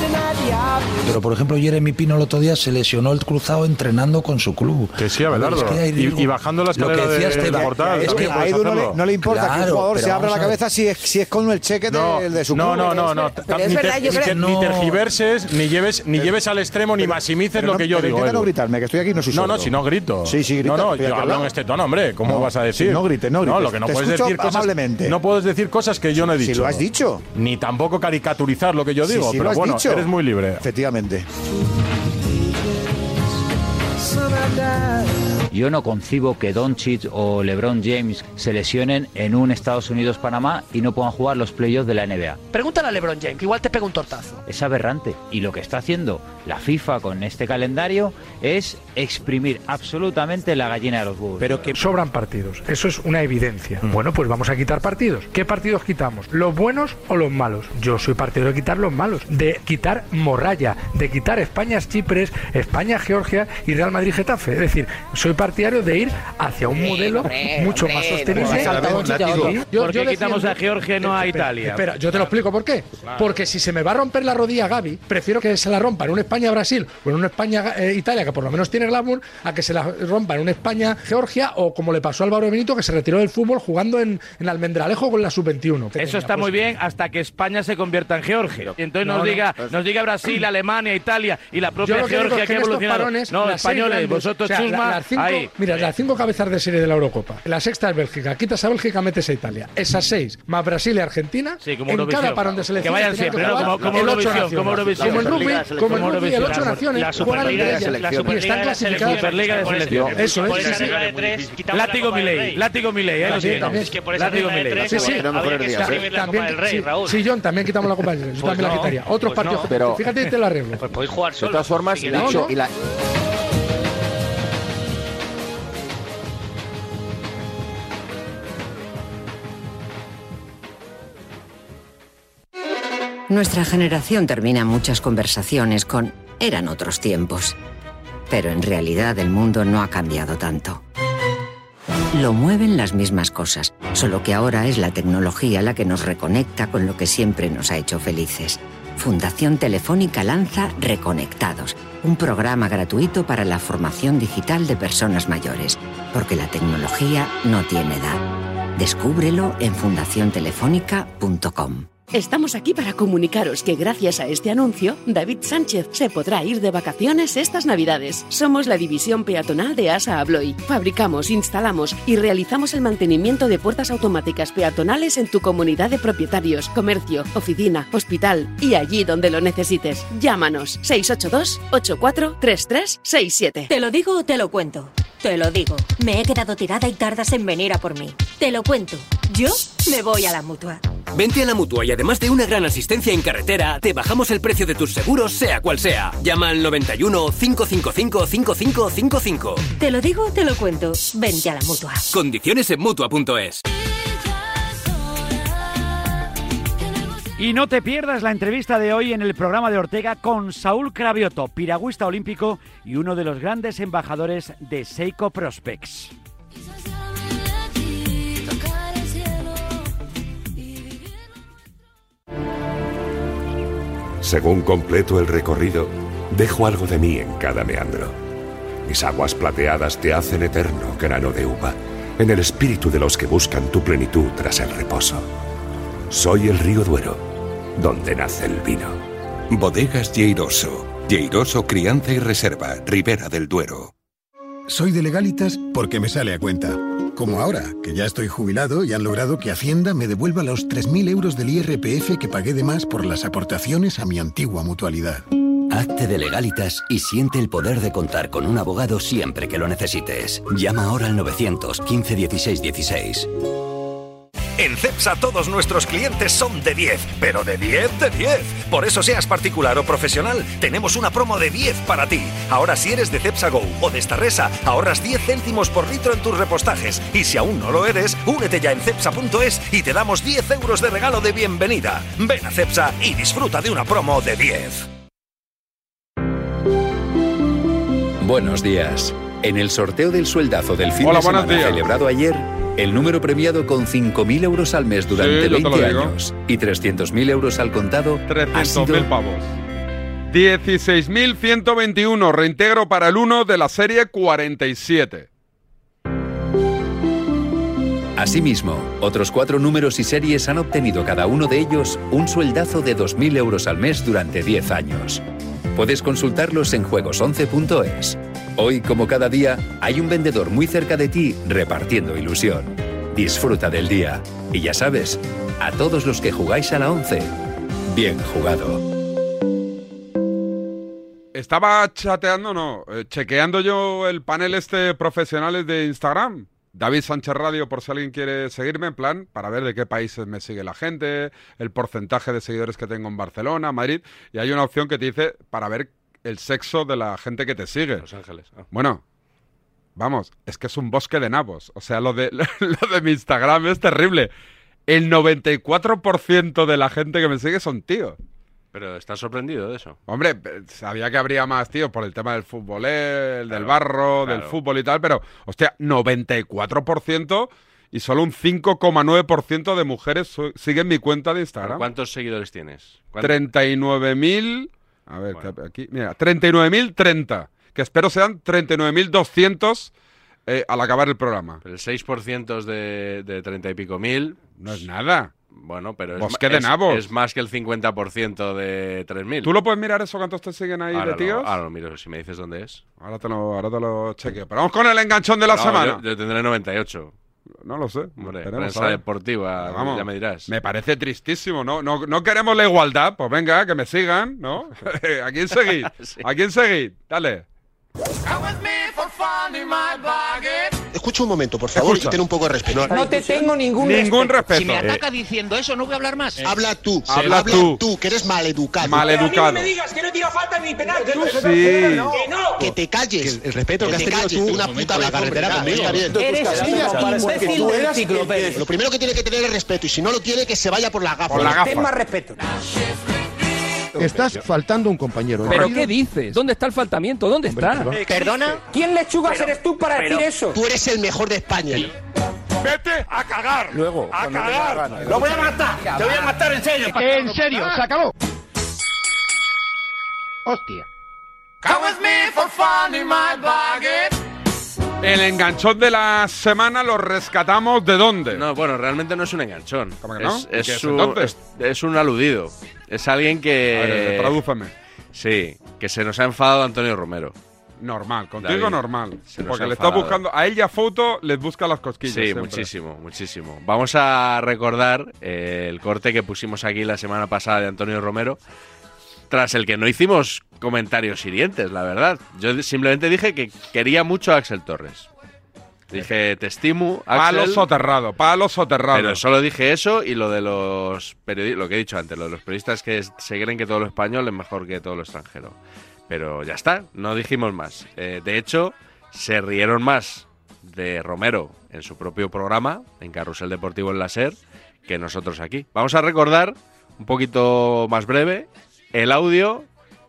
[SPEAKER 19] deny the obvious?
[SPEAKER 34] Pero por ejemplo, Jeremy Pino el otro día se lesionó el cruzado entrenando con su club.
[SPEAKER 17] Que sí, Abelardo.
[SPEAKER 34] Es que hay
[SPEAKER 17] Y-
[SPEAKER 34] riesgo.
[SPEAKER 17] y bajando la escalera
[SPEAKER 34] Lo que decía
[SPEAKER 17] de-
[SPEAKER 34] Esteban,
[SPEAKER 17] del portal,
[SPEAKER 34] es que
[SPEAKER 17] también
[SPEAKER 9] A
[SPEAKER 17] puedes
[SPEAKER 9] Edu no
[SPEAKER 17] hacerlo.
[SPEAKER 9] le, no le importa que un
[SPEAKER 34] Claro,
[SPEAKER 9] jugador
[SPEAKER 34] pero
[SPEAKER 9] se abra
[SPEAKER 34] vamos
[SPEAKER 9] la
[SPEAKER 34] a ver.
[SPEAKER 9] cabeza si es, si es con el cheque de-
[SPEAKER 17] No,
[SPEAKER 9] de su
[SPEAKER 17] no,
[SPEAKER 9] club.
[SPEAKER 17] no, no, no.
[SPEAKER 34] Pero
[SPEAKER 17] Ni
[SPEAKER 34] es
[SPEAKER 17] te-
[SPEAKER 34] verdad, yo
[SPEAKER 17] ni
[SPEAKER 34] creo-
[SPEAKER 17] te- ni
[SPEAKER 34] No.
[SPEAKER 17] tergiverses, ni lleves, ni lleves al extremo, ni maximices
[SPEAKER 9] Pero
[SPEAKER 17] lo
[SPEAKER 9] no-
[SPEAKER 17] que yo
[SPEAKER 9] pero
[SPEAKER 17] digo.
[SPEAKER 9] Intenta no
[SPEAKER 17] Edu.
[SPEAKER 9] gritarme, que estoy aquí y no soy
[SPEAKER 17] No,
[SPEAKER 9] sordo.
[SPEAKER 17] no, si no grito.
[SPEAKER 9] Sí, sí, grito.
[SPEAKER 17] No, no,
[SPEAKER 9] estoy
[SPEAKER 17] yo
[SPEAKER 9] aquí al
[SPEAKER 17] hablo en
[SPEAKER 9] lado.
[SPEAKER 17] este tono, hombre. ¿Cómo
[SPEAKER 9] No,
[SPEAKER 17] vas a
[SPEAKER 9] si
[SPEAKER 17] decir?
[SPEAKER 9] no grites, no
[SPEAKER 17] No,
[SPEAKER 9] grites.
[SPEAKER 17] lo que no
[SPEAKER 9] Te
[SPEAKER 17] puedes
[SPEAKER 9] escucho
[SPEAKER 17] decir cosas.
[SPEAKER 9] amablemente.
[SPEAKER 17] No puedes decir cosas que yo no he
[SPEAKER 9] Si
[SPEAKER 17] dicho.
[SPEAKER 9] lo has dicho.
[SPEAKER 17] Ni tampoco caricaturizar lo que yo
[SPEAKER 9] Sí,
[SPEAKER 17] digo,
[SPEAKER 9] sí, lo
[SPEAKER 17] pero
[SPEAKER 9] has
[SPEAKER 17] bueno,
[SPEAKER 9] dicho.
[SPEAKER 17] eres muy libre.
[SPEAKER 9] Efectivamente.
[SPEAKER 19] Some have died.
[SPEAKER 11] Yo no concibo que Doncic o LeBron James se lesionen en un Estados Unidos-Panamá y no puedan jugar los playoffs de la NBA.
[SPEAKER 35] Pregúntale a LeBron James, que igual te pega un tortazo.
[SPEAKER 11] Es aberrante. Y lo que está haciendo la FIFA con este calendario es exprimir absolutamente la gallina de los huevos.
[SPEAKER 22] Pero que sobran partidos, eso es una evidencia. Bueno, pues vamos a quitar partidos. ¿Qué partidos quitamos? ¿Los buenos o los malos? Yo soy partidario de quitar los malos, de quitar Morralla, de quitar España-Chipres, España-Georgia y Real Madrid-Getafe. Es decir, soy partidario de ir hacia un modelo mucho más sostenible.
[SPEAKER 7] ¿Por qué quitamos a Georgia y no a Italia?
[SPEAKER 11] Espera, yo te lo explico por qué.
[SPEAKER 7] Claro.
[SPEAKER 11] Porque si se me va a romper la rodilla a Gaby, prefiero que se la rompa en un España-Brasil o en un España-Italia, que por lo menos tiene glamour, a que se la rompa en un España-Georgia o como le pasó a Álvaro Benito, que se retiró del fútbol jugando en, en Almendralejo con la sub-21.
[SPEAKER 7] Eso está muy bien hasta que España se convierta en Georgia. Y entonces
[SPEAKER 11] pues No, no.
[SPEAKER 7] nos diga, nos diga Brasil, Alemania, Italia y la
[SPEAKER 11] Yo
[SPEAKER 7] propia
[SPEAKER 11] lo que digo es
[SPEAKER 7] Georgia que,
[SPEAKER 11] que
[SPEAKER 7] ha
[SPEAKER 11] en estos
[SPEAKER 7] evolucionado.
[SPEAKER 11] parones,
[SPEAKER 7] no,
[SPEAKER 11] las seis
[SPEAKER 7] españoles,
[SPEAKER 11] grandes-
[SPEAKER 7] vosotros
[SPEAKER 11] o sea, la-
[SPEAKER 7] chusma,
[SPEAKER 11] las cinco-
[SPEAKER 7] ahí.
[SPEAKER 11] Mira, las cinco cabezas de serie de la Eurocopa. La sexta es Bélgica. Quitas a Bélgica, metes a Italia. Esas seis, más Brasil y Argentina.
[SPEAKER 7] Sí, como
[SPEAKER 11] en
[SPEAKER 7] Eurovisión.
[SPEAKER 11] cada parón de selección.
[SPEAKER 7] Que vayan siempre, ¿no? Como- como Eurovisión, como Eurovisión.
[SPEAKER 11] Como el
[SPEAKER 7] La
[SPEAKER 11] rugby,
[SPEAKER 7] Superliga
[SPEAKER 11] como
[SPEAKER 7] de
[SPEAKER 11] el
[SPEAKER 7] selecciones.
[SPEAKER 11] rugby, el ocho
[SPEAKER 7] La
[SPEAKER 11] naciones.
[SPEAKER 7] Superliga
[SPEAKER 11] juegan
[SPEAKER 7] de
[SPEAKER 11] entre ellas Y están
[SPEAKER 7] selecciones. La Superliga de
[SPEAKER 11] clasificadas.
[SPEAKER 7] Superliga de selecciones.
[SPEAKER 11] Eso
[SPEAKER 7] Por esa
[SPEAKER 11] es.
[SPEAKER 7] regla de tres, quitamos la Látigo Copa del Milei, Rey. látigo Milei, ahí lo
[SPEAKER 11] También,
[SPEAKER 7] tienes.
[SPEAKER 11] también.
[SPEAKER 7] Es que por esa Látigo regla de Milei. tres,
[SPEAKER 11] Sí, sí.
[SPEAKER 7] habría que Habría que suprimir la
[SPEAKER 11] También-
[SPEAKER 7] Copa del Rey,
[SPEAKER 11] sí,
[SPEAKER 7] Raúl.
[SPEAKER 11] Sí, John, también quitamos la Copa del Rey. Yo
[SPEAKER 7] Pues
[SPEAKER 11] también la
[SPEAKER 7] no,
[SPEAKER 11] quitaría. Otros
[SPEAKER 7] pues
[SPEAKER 11] partidos.
[SPEAKER 7] no.
[SPEAKER 11] Pero,
[SPEAKER 7] Pero-
[SPEAKER 11] fíjate, te la arreglo.
[SPEAKER 7] Pues podéis jugar
[SPEAKER 11] De
[SPEAKER 7] solos.
[SPEAKER 11] todas formas,
[SPEAKER 7] si
[SPEAKER 11] la-
[SPEAKER 7] queréis.
[SPEAKER 11] yo- y la-
[SPEAKER 22] Nuestra generación termina muchas conversaciones con eran otros tiempos. Pero en realidad el mundo no ha cambiado tanto. Lo mueven las mismas cosas, solo que ahora es la tecnología la que nos reconecta con lo que siempre nos ha hecho felices. Fundación Telefónica lanza Reconectados, un programa gratuito para la formación digital de personas mayores, porque la tecnología no tiene edad. Descúbrelo en fundaciontelefónica.com.
[SPEAKER 20] Estamos aquí para comunicaros que gracias a este anuncio, David Sánchez se podrá ir de vacaciones estas Navidades. Somos la división peatonal de ASA Abloy. Fabricamos, instalamos y realizamos el mantenimiento de puertas automáticas peatonales en tu comunidad de propietarios, comercio, oficina, hospital y allí donde lo necesites. Llámanos 682-843367.
[SPEAKER 36] Te lo digo o te lo cuento. Te lo digo. Me he quedado tirada y tardas en venir a por mí. Te lo cuento. Yo me voy a la mutua.
[SPEAKER 8] Vente a la mutua y además de una gran asistencia en carretera, te bajamos el precio de tus seguros, sea cual sea. Llama al 91 555 5555.
[SPEAKER 20] Te lo digo, te lo cuento. Vente a la mutua.
[SPEAKER 8] Condiciones en mutua.es.
[SPEAKER 37] Y no te pierdas la entrevista de hoy en el programa de Ortega con Saúl Cravioto, piragüista olímpico y uno de los grandes embajadores de Seiko Prospects.
[SPEAKER 38] Según completo el recorrido, dejo algo de mí en cada meandro. Mis aguas plateadas te hacen eterno grano de uva, en el espíritu de los que buscan tu plenitud tras el reposo. Soy el río Duero, donde nace el vino.
[SPEAKER 39] Bodegas Lleiroso. Lleiroso Crianza y Reserva, Ribera del Duero.
[SPEAKER 40] Soy de legalitas porque me sale a cuenta. Como ahora, que ya estoy jubilado y han logrado que Hacienda me devuelva los 3.000 euros del IRPF que pagué de más por las aportaciones a mi antigua mutualidad.
[SPEAKER 19] Hazte de legalitas y siente el poder de contar con un abogado siempre que lo necesites. Llama ahora al 900 15 16 16.
[SPEAKER 9] En CEPSA todos nuestros clientes son de 10, pero de 10 de 10. Por eso seas particular o profesional, tenemos una promo de 10 para ti. Ahora si eres de CEPSA Go o de Starresa, ahorras 10 céntimos por litro en tus repostajes. Y si aún no lo eres, únete ya en CEPSA.es y te damos 10 euros de regalo de bienvenida. Ven a CEPSA y disfruta de una promo de 10.
[SPEAKER 41] Buenos días. En el sorteo del sueldazo del fin
[SPEAKER 1] Hola,
[SPEAKER 41] de
[SPEAKER 1] buenos
[SPEAKER 41] semana
[SPEAKER 1] días.
[SPEAKER 41] celebrado ayer, el número premiado con 5.000 euros al mes durante
[SPEAKER 1] Sí, yo te lo
[SPEAKER 41] 20
[SPEAKER 1] digo.
[SPEAKER 41] años y 300.000 euros al contado ha sido
[SPEAKER 1] 300.000 pavos. 16.121, reintegro para el 1 de la serie 47.
[SPEAKER 41] Asimismo, otros cuatro números y series han obtenido cada uno de ellos un sueldazo de 2.000 euros al mes durante 10 años. Puedes consultarlos en juegos11.es. Hoy, como cada día, hay un vendedor muy cerca de ti repartiendo ilusión. Disfruta del día. Y ya sabes, a todos los que jugáis a la 11, bien jugado.
[SPEAKER 1] Estaba chateando, no, eh, chequeando yo el panel este profesionales de Instagram. David Sánchez Radio, por si alguien quiere seguirme, en plan, para ver de qué países me sigue la gente, el porcentaje de seguidores que tengo en Barcelona, Madrid. Y hay una opción que te dice para ver el sexo de la gente que te sigue.
[SPEAKER 2] Los Ángeles. ah.
[SPEAKER 1] Bueno, vamos, es que es un bosque de nabos. O sea, lo de, lo de mi Instagram es terrible. El 94% de la gente que me sigue son tíos.
[SPEAKER 2] Pero estás sorprendido de eso.
[SPEAKER 1] Hombre, pe- sabía que habría más, tío, por el tema del fútbol, eh, el del
[SPEAKER 2] Claro,
[SPEAKER 1] barro, del
[SPEAKER 2] claro.
[SPEAKER 1] fútbol y tal, pero, hostia, 94% y solo un 5,9% de mujeres su- siguen mi cuenta de Instagram.
[SPEAKER 2] ¿Cuántos seguidores tienes? ¿Cuántos?
[SPEAKER 1] 39.000. A ver, que aquí. Mira, 39.030. Que espero sean 39.200 eh, al acabar el programa.
[SPEAKER 2] El 6% de, de 30 y pico mil.
[SPEAKER 1] No es nada.
[SPEAKER 2] Bueno, pero es,
[SPEAKER 1] Bosque
[SPEAKER 2] ma-
[SPEAKER 1] de
[SPEAKER 2] es-
[SPEAKER 1] nabos.
[SPEAKER 2] es más que el 50% de 3.000.
[SPEAKER 1] ¿Tú lo puedes mirar eso cuántos te siguen ahí de
[SPEAKER 2] ahora
[SPEAKER 1] tíos?
[SPEAKER 2] Lo, ahora lo miro, si me dices dónde es.
[SPEAKER 1] Ahora te lo, ahora te lo chequeo. Pero vamos con el enganchón de la
[SPEAKER 2] No,
[SPEAKER 1] semana.
[SPEAKER 2] Yo, yo tendré 98.
[SPEAKER 1] No lo sé.
[SPEAKER 2] Hombre,
[SPEAKER 1] Veremos, a
[SPEAKER 2] prensa
[SPEAKER 1] ver.
[SPEAKER 2] deportiva,
[SPEAKER 1] Vamos.
[SPEAKER 2] ya me dirás.
[SPEAKER 1] Me parece tristísimo, ¿no? No, no queremos la igualdad. Pues venga, que me sigan, ¿no? ¿A quién seguid? ¿A quién seguid? Dale.
[SPEAKER 9] Escucha un momento, por favor,
[SPEAKER 1] Escucha.
[SPEAKER 9] y ten un poco de respeto. Eh,
[SPEAKER 1] No te tengo ningún Ningún respeto. respeto.
[SPEAKER 9] Si me ataca
[SPEAKER 7] diciendo eso, no voy a hablar más.
[SPEAKER 9] Habla tú,
[SPEAKER 1] Sí. Habla
[SPEAKER 9] habla
[SPEAKER 1] tú.
[SPEAKER 9] tú. que eres maleducado.
[SPEAKER 1] Maleducado. Pero a mí no me
[SPEAKER 9] digas que no tira falta ni penal,
[SPEAKER 1] no, Sí. que no, que
[SPEAKER 9] Que te calles. el respeto
[SPEAKER 1] que has
[SPEAKER 9] te
[SPEAKER 1] tenido
[SPEAKER 9] calles,
[SPEAKER 1] tú.
[SPEAKER 9] una
[SPEAKER 1] Un momento
[SPEAKER 9] puta en la
[SPEAKER 1] de
[SPEAKER 9] carretera
[SPEAKER 1] conmigo.
[SPEAKER 9] conmigo. Está bien.
[SPEAKER 1] Eres
[SPEAKER 9] Tus
[SPEAKER 1] un
[SPEAKER 9] caras,
[SPEAKER 1] imbécil
[SPEAKER 9] parece que tú
[SPEAKER 1] del
[SPEAKER 9] eres
[SPEAKER 1] ciclope.
[SPEAKER 9] el- Lo primero que tiene que tener es respeto, y si no lo tiene, que se vaya por la gafa.
[SPEAKER 1] Por la gafa. Ten más
[SPEAKER 9] respeto. Estás faltando a un compañero. ¿eh?
[SPEAKER 41] ¿Pero qué dices? ¿Dónde está el faltamiento? ¿Dónde está?
[SPEAKER 9] perdona. ¿Perdona?
[SPEAKER 41] ¿Quién lechuga
[SPEAKER 9] Pero-
[SPEAKER 41] eres tú para
[SPEAKER 9] pero-
[SPEAKER 41] decir eso?
[SPEAKER 9] Tú eres el mejor de España.
[SPEAKER 1] ¡Vete a cagar!
[SPEAKER 9] Luego,
[SPEAKER 41] a
[SPEAKER 9] cuando
[SPEAKER 41] cagar.
[SPEAKER 9] tenga ganas.
[SPEAKER 41] Lo voy a matar. Te voy a matar en serio. En serio, se acabó.
[SPEAKER 9] Hostia.
[SPEAKER 1] El enganchón de la semana lo rescatamos de dónde?
[SPEAKER 2] No, bueno, realmente no es un enganchón.
[SPEAKER 1] que no?
[SPEAKER 2] Es,
[SPEAKER 1] ¿Y
[SPEAKER 2] es
[SPEAKER 1] qué es
[SPEAKER 2] un-
[SPEAKER 1] entonces?
[SPEAKER 2] es- es un aludido. Es alguien que.
[SPEAKER 1] A ver, tradúzame.
[SPEAKER 2] Sí, que se nos ha enfadado Antonio Romero.
[SPEAKER 1] Normal, contigo
[SPEAKER 2] David,
[SPEAKER 1] normal.
[SPEAKER 2] se nos
[SPEAKER 1] Porque
[SPEAKER 2] ha
[SPEAKER 1] le está
[SPEAKER 2] enfadado.
[SPEAKER 1] buscando. A ella foto les busca las cosquillas.
[SPEAKER 2] Sí,
[SPEAKER 1] siempre.
[SPEAKER 2] muchísimo, muchísimo. Vamos a recordar eh, el corte que pusimos aquí la semana pasada de Antonio Romero, tras el que no hicimos comentarios hirientes, la verdad. Yo simplemente dije que quería mucho a Axel Torres. Dije, te estimo, Axel.
[SPEAKER 7] Palo soterrado, palo soterrado.
[SPEAKER 2] Pero solo dije eso y lo de los periodistas, lo que he dicho antes, lo de los periodistas que es- se creen que todo lo español es mejor que todo lo extranjero. Pero ya está, no dijimos más. Eh, de hecho, se rieron más de Romero en su propio programa, en Carrusel Deportivo en la SER, que nosotros aquí. Vamos a recordar, un poquito más breve, el audio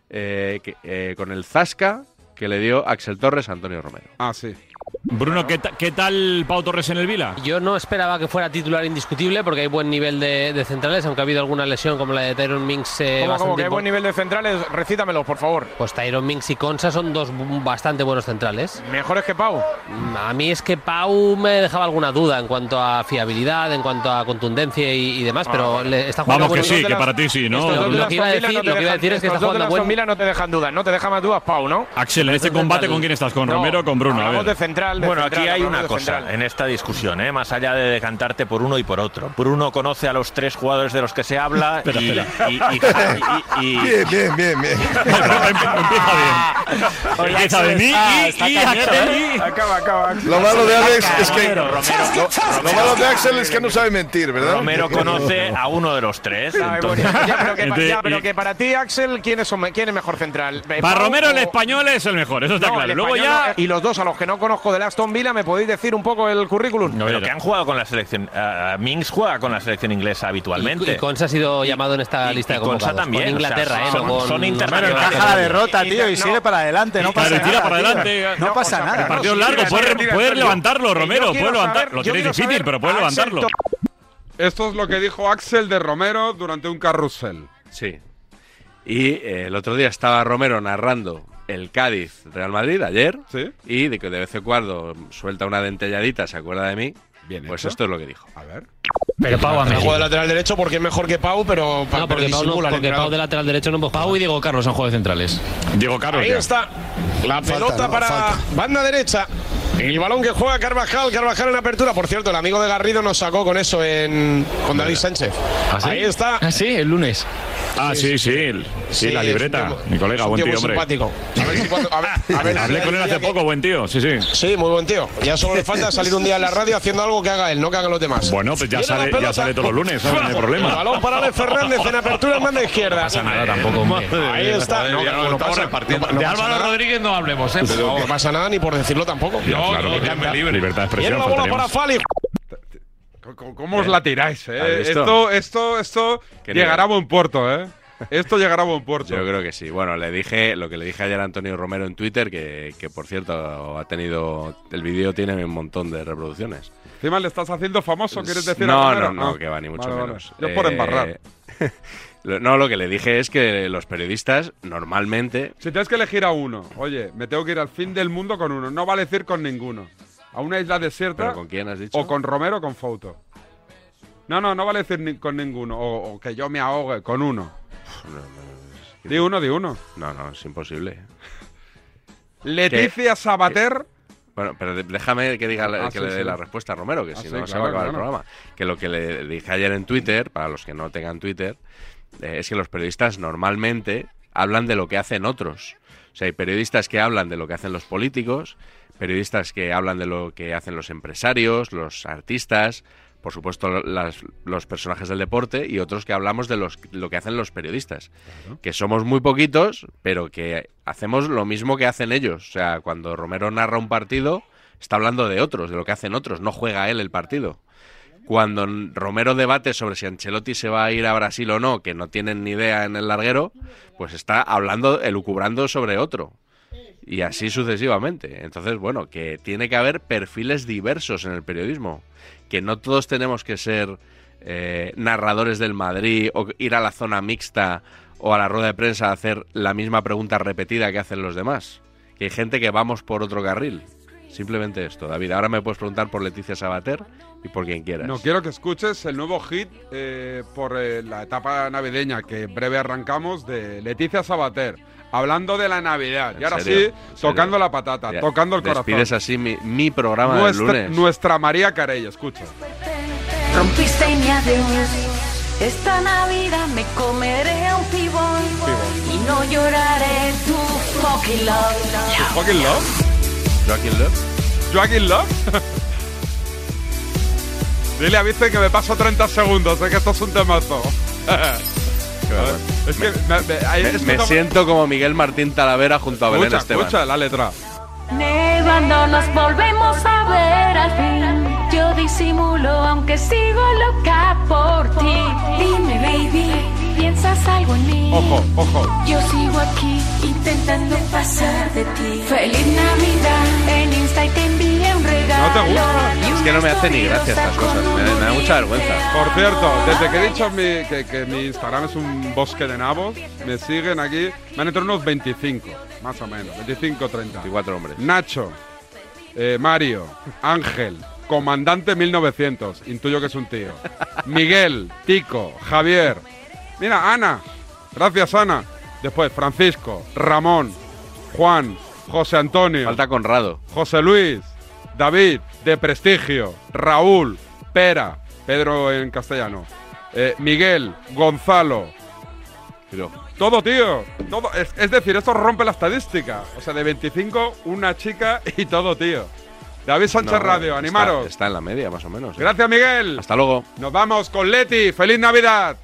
[SPEAKER 2] eh, que- eh, con el Zasca que le dio Axel Torres a Antonio Romero.
[SPEAKER 7] Ah, sí.
[SPEAKER 29] Bruno, ¿qué, ta- qué tal Pau Torres en el Vila?
[SPEAKER 8] Yo no esperaba que fuera titular indiscutible porque hay buen nivel de, de centrales, aunque ha habido alguna lesión como la de Tyron Minks. eh,
[SPEAKER 7] Como,
[SPEAKER 8] bastante
[SPEAKER 7] que hay
[SPEAKER 8] impo-
[SPEAKER 7] buen nivel de centrales, recítamelo, por favor.
[SPEAKER 8] Pues Tyron Minks y Consa son dos bu- bastante buenos centrales. Mm,
[SPEAKER 7] ¿Mejores que Pau?
[SPEAKER 8] A mí es que Pau me dejaba alguna duda en cuanto a fiabilidad, en cuanto a contundencia y, y demás,
[SPEAKER 7] Ah,
[SPEAKER 8] pero
[SPEAKER 7] vale.
[SPEAKER 8] le está jugando
[SPEAKER 29] Vamos, que
[SPEAKER 8] buenos-
[SPEAKER 29] sí, que para ti sí, ¿no?
[SPEAKER 8] Estos dos de Lo que iba a
[SPEAKER 7] Aston Villa
[SPEAKER 8] decir-
[SPEAKER 7] te
[SPEAKER 8] lo que iba a
[SPEAKER 7] dejan-
[SPEAKER 8] decir es que está
[SPEAKER 7] estos dos de
[SPEAKER 8] jugando
[SPEAKER 7] la Aston
[SPEAKER 8] buen-
[SPEAKER 7] Villa no te dejan dudas, no te deja más dudas, Pau, ¿no?
[SPEAKER 29] Axel, en este combate, ¿con quién estás? ¿Con
[SPEAKER 7] No,
[SPEAKER 29] Romero o con Bruno? A
[SPEAKER 7] hablamos
[SPEAKER 29] ver.
[SPEAKER 7] de central, de
[SPEAKER 19] Bueno, aquí
[SPEAKER 7] central,
[SPEAKER 19] hay
[SPEAKER 7] hablamos
[SPEAKER 19] una
[SPEAKER 7] de
[SPEAKER 19] cosa
[SPEAKER 7] central.
[SPEAKER 19] en esta discusión, ¿eh? más allá de decantarte por uno y por otro. Bruno conoce a los tres jugadores de los que se habla y,
[SPEAKER 29] Espera, espera.
[SPEAKER 19] y- y- y- y- y-
[SPEAKER 29] bien, bien, bien. Empieza bien. Empieza bien. Y- y- y Axel.
[SPEAKER 7] Acaba, acaba.
[SPEAKER 1] Lo malo de Alex es que.
[SPEAKER 19] Romero, Romero,
[SPEAKER 1] lo, lo malo de Axel es que no sabe mentir, ¿verdad?
[SPEAKER 19] Romero conoce a uno de los tres.
[SPEAKER 7] Ay, bueno,
[SPEAKER 19] entonces-
[SPEAKER 7] ya, pero que, pa-
[SPEAKER 19] Entonces,
[SPEAKER 7] ya, pero
[SPEAKER 19] y-
[SPEAKER 7] que para ti, Axel, ¿quién es, quién es mejor central? Eh,
[SPEAKER 29] Para
[SPEAKER 7] Pau
[SPEAKER 29] Romero el
[SPEAKER 7] o-
[SPEAKER 29] español es el mejor, eso está
[SPEAKER 7] No,
[SPEAKER 29] claro.
[SPEAKER 7] el
[SPEAKER 29] Luego
[SPEAKER 7] español
[SPEAKER 29] ya...
[SPEAKER 7] no, eh, Y los dos a los que no conozco del Aston Villa, ¿me podéis decir un poco el currículum?
[SPEAKER 19] pero que han jugado con la selección. ah, ah, Minks juega con la selección inglesa habitualmente.
[SPEAKER 8] Y, y Consa ha sido llamado en esta lista de
[SPEAKER 19] y Konsa
[SPEAKER 8] convocados.
[SPEAKER 19] también,
[SPEAKER 8] Con
[SPEAKER 19] o sea,
[SPEAKER 8] Inglaterra, ¿eh?
[SPEAKER 19] son-
[SPEAKER 8] no con-
[SPEAKER 19] son
[SPEAKER 8] no
[SPEAKER 19] internacionales.
[SPEAKER 8] con Inglaterra.
[SPEAKER 9] Caja la derrota, tío, y sigue para adelante, no pasa
[SPEAKER 29] Claro,
[SPEAKER 9] nada.
[SPEAKER 29] tira para
[SPEAKER 9] tío.
[SPEAKER 29] adelante.
[SPEAKER 9] No pasa
[SPEAKER 29] El
[SPEAKER 9] nada.
[SPEAKER 29] partido es largo, puedes puedes levantarlo, Romero, puedes levantarlo. Lo
[SPEAKER 7] yo
[SPEAKER 29] tenéis
[SPEAKER 7] quiero
[SPEAKER 29] difícil,
[SPEAKER 7] saber
[SPEAKER 29] pero puedes
[SPEAKER 7] a Axel
[SPEAKER 29] levantarlo.
[SPEAKER 7] Esto es lo que dijo Axel de Romero durante un carrusel.
[SPEAKER 2] Sí. Y eh, el otro día estaba Romero narrando el Cádiz Real Madrid ayer. Y de que de vez en cuando suelta una dentelladita, ¿se acuerda de mí? pues esto es lo que dijo.
[SPEAKER 7] A ver.
[SPEAKER 8] Pero Pau a México.
[SPEAKER 7] Juega de lateral derecho porque es mejor que Pau, pero,
[SPEAKER 8] No, porque, Pau, no- porque Pau de lateral derecho no Pau y Diego Carlos han jugado de centrales.
[SPEAKER 29] Diego
[SPEAKER 7] Ahí está. La
[SPEAKER 8] Falta,
[SPEAKER 7] pelota
[SPEAKER 8] ¿no?
[SPEAKER 7] para
[SPEAKER 8] Falta.
[SPEAKER 7] banda derecha. El balón que juega Carvajal, Carvajal en apertura. Por cierto, el amigo de Garrido nos sacó con eso en con David Sánchez.
[SPEAKER 29] sí?
[SPEAKER 7] Ahí está. Ah, sí, el lunes.
[SPEAKER 29] Ah, sí, sí. el- Sí, la
[SPEAKER 7] es un
[SPEAKER 29] libreta.
[SPEAKER 7] tío-
[SPEAKER 29] Mi colega,
[SPEAKER 7] es un
[SPEAKER 29] buen
[SPEAKER 7] tío
[SPEAKER 29] tío,
[SPEAKER 7] muy
[SPEAKER 29] hombre.
[SPEAKER 7] simpático. A ver si cuando- a ver- a ver si-
[SPEAKER 29] Hablé con él hace poco, buen tío. Sí, sí.
[SPEAKER 7] Sí, muy buen tío. Ya solo le falta salir un día en la radio haciendo algo que haga él, no que hagan los demás.
[SPEAKER 29] Bueno, pues ya
[SPEAKER 7] Viene la
[SPEAKER 29] sale, ya
[SPEAKER 7] pelota.
[SPEAKER 29] sale todos los lunes, ¿sabes? No hay problema.
[SPEAKER 7] Balón para Ale Fernández en apertura en banda izquierda. No pasa nada tampoco, Ahí está. No, no, no pasa- no- no
[SPEAKER 42] de
[SPEAKER 7] pasa
[SPEAKER 42] Álvaro
[SPEAKER 7] nada.
[SPEAKER 42] Rodríguez no hablemos, ¿eh?
[SPEAKER 7] Pero no pasa nada ni por decirlo tampoco.
[SPEAKER 42] No,
[SPEAKER 29] claro,
[SPEAKER 42] no,
[SPEAKER 29] que
[SPEAKER 42] Dios me
[SPEAKER 29] sí.
[SPEAKER 42] libre.
[SPEAKER 29] Libertad de
[SPEAKER 7] Viene
[SPEAKER 29] expresión.
[SPEAKER 7] la bola para
[SPEAKER 29] faltaría
[SPEAKER 7] Fali.
[SPEAKER 1] ¿Cómo os la tiráis,
[SPEAKER 2] Ah,
[SPEAKER 7] ¿Has
[SPEAKER 1] eh?
[SPEAKER 7] visto?
[SPEAKER 1] Esto, esto, esto
[SPEAKER 2] Qué
[SPEAKER 1] llegará a
[SPEAKER 2] nivel.
[SPEAKER 1] buen puerto, eh. Esto llegará a buen puerto.
[SPEAKER 2] Yo creo que sí. Bueno, le dije lo que le dije ayer a Antonio Romero en Twitter, que, que, por cierto ha tenido. El vídeo tiene un montón de reproducciones.
[SPEAKER 1] Encima le estás haciendo famoso, ¿quieres decir
[SPEAKER 2] No,
[SPEAKER 1] a
[SPEAKER 2] no,
[SPEAKER 1] Romero?
[SPEAKER 2] no,
[SPEAKER 1] Ah,
[SPEAKER 2] que va ni mucho
[SPEAKER 1] vale, vale.
[SPEAKER 2] menos.
[SPEAKER 1] Yo por
[SPEAKER 2] Eh,
[SPEAKER 1] embarrar.
[SPEAKER 2] lo- no, lo que le dije es que los periodistas normalmente
[SPEAKER 1] Si tienes que elegir a uno, oye, me tengo que ir al fin del mundo con uno. No vale decir con ninguno. A una isla desierta.
[SPEAKER 2] ¿Pero con quién has dicho?
[SPEAKER 1] O con Romero o con Fouto. No, no, no vale decir ni- con ninguno. O, o que yo me ahogue con uno. Di uno, di uno.
[SPEAKER 2] Pues No, no, es imposible.
[SPEAKER 1] Leticia Sabater.
[SPEAKER 2] Bueno, pero de- déjame que diga la-
[SPEAKER 1] Ah,
[SPEAKER 2] que
[SPEAKER 1] sí,
[SPEAKER 2] le dé
[SPEAKER 1] sí.
[SPEAKER 2] la respuesta a Romero, que
[SPEAKER 1] Ah,
[SPEAKER 2] si
[SPEAKER 1] sí,
[SPEAKER 2] no se
[SPEAKER 1] claro,
[SPEAKER 2] va a acabar el
[SPEAKER 1] claro.
[SPEAKER 2] programa. Que lo que le dije ayer en Twitter, para los que no tengan Twitter, eh, es que los periodistas normalmente hablan de lo que hacen otros. O sea, hay periodistas que hablan de lo que hacen los políticos, periodistas que hablan de lo que hacen los empresarios, los artistas, por supuesto las- los personajes del deporte y otros que hablamos de los, lo que hacen los periodistas que somos muy poquitos, pero que hacemos lo mismo que hacen ellos. O sea, cuando Romero narra un partido, está hablando de otros, de lo que hacen otros, no juega él el partido. Cuando n- Romero debate sobre si Ancelotti se va a ir a Brasil o no, que no tienen ni idea en el larguero, pues está hablando, elucubrando sobre otro. Y así sucesivamente. Entonces, bueno, que tiene que haber perfiles diversos en el periodismo. Que no todos tenemos que ser eh, narradores del Madrid o ir a la zona mixta o a la rueda de prensa a hacer la misma pregunta repetida que hacen los demás. Que hay gente que vamos por otro carril. Simplemente esto, David. Ahora me puedes preguntar por Leticia Sabater y por quien quieras.
[SPEAKER 1] No quiero que escuches el nuevo hit eh, por eh, la etapa navideña que en breve arrancamos de Leticia Sabater. Hablando de la Navidad. Y
[SPEAKER 2] ¿En
[SPEAKER 1] ahora
[SPEAKER 2] serio?
[SPEAKER 1] sí,
[SPEAKER 2] ¿En serio?
[SPEAKER 1] tocando la patata,
[SPEAKER 2] Ya,
[SPEAKER 1] tocando el corazón.
[SPEAKER 2] Despides así mi, mi programa del
[SPEAKER 1] nuestra,
[SPEAKER 2] lunes.
[SPEAKER 1] nuestra María Carey, escucha.
[SPEAKER 20] Rompiste mi adiós. Esta Navidad me comeré un pibón y no lloraré tu fucking love.
[SPEAKER 1] Joaquín Love.
[SPEAKER 2] Joaquín Love.
[SPEAKER 1] Joaquín Love. Dile a Vicen que me paso 30 segundos, es que esto es un temazo. es que me, me- eh, ahí
[SPEAKER 2] Me, me
[SPEAKER 1] escuchamos-
[SPEAKER 2] siento como Miguel Martín Talavera junto a Belén
[SPEAKER 1] Escucha,
[SPEAKER 2] Esteban.
[SPEAKER 1] escucha la letra.
[SPEAKER 20] Nevando nos volvemos a ver al fin. Yo disimulo aunque sigo loca por ti. Dime, baby, ¿piensas algo en mí?
[SPEAKER 1] Ojo, ojo.
[SPEAKER 20] Yo sigo aquí intentando pasar de ti. Feliz Navidad. En Insta y te envié un regalo.
[SPEAKER 1] ¿No te gusta?
[SPEAKER 2] Es que no me hace ni gracia estas cosas, me, da- me da mucha vergüenza.
[SPEAKER 1] Por cierto, desde que he dicho mi- que, que mi Instagram es un bosque de nabos, me siguen aquí, me han entrado unos 25, más o menos, 25 30.
[SPEAKER 2] 24 hombres.
[SPEAKER 1] Nacho, eh, Mario, Ángel, Comandante 1900, intuyo que es un tío. Miguel, Tico, Javier. Mira, Ana, gracias Ana. Después, Francisco, Ramón, Juan, José Antonio. Falta
[SPEAKER 2] Conrado.
[SPEAKER 1] José Luis, David, de prestigio, Raúl, Pera, Pedro en castellano, eh, Miguel, Gonzalo. Todo, tío. Todo. Es, es decir, esto rompe la estadística. O sea, de 25, una chica y todo, tío. David Sánchez
[SPEAKER 2] No,
[SPEAKER 1] Radio,
[SPEAKER 2] está-
[SPEAKER 1] animaros.
[SPEAKER 2] Está, en la media, más o menos. ¿eh?
[SPEAKER 1] Gracias, Miguel.
[SPEAKER 2] Hasta luego.
[SPEAKER 1] Nos vamos con Leti. ¡Feliz Navidad!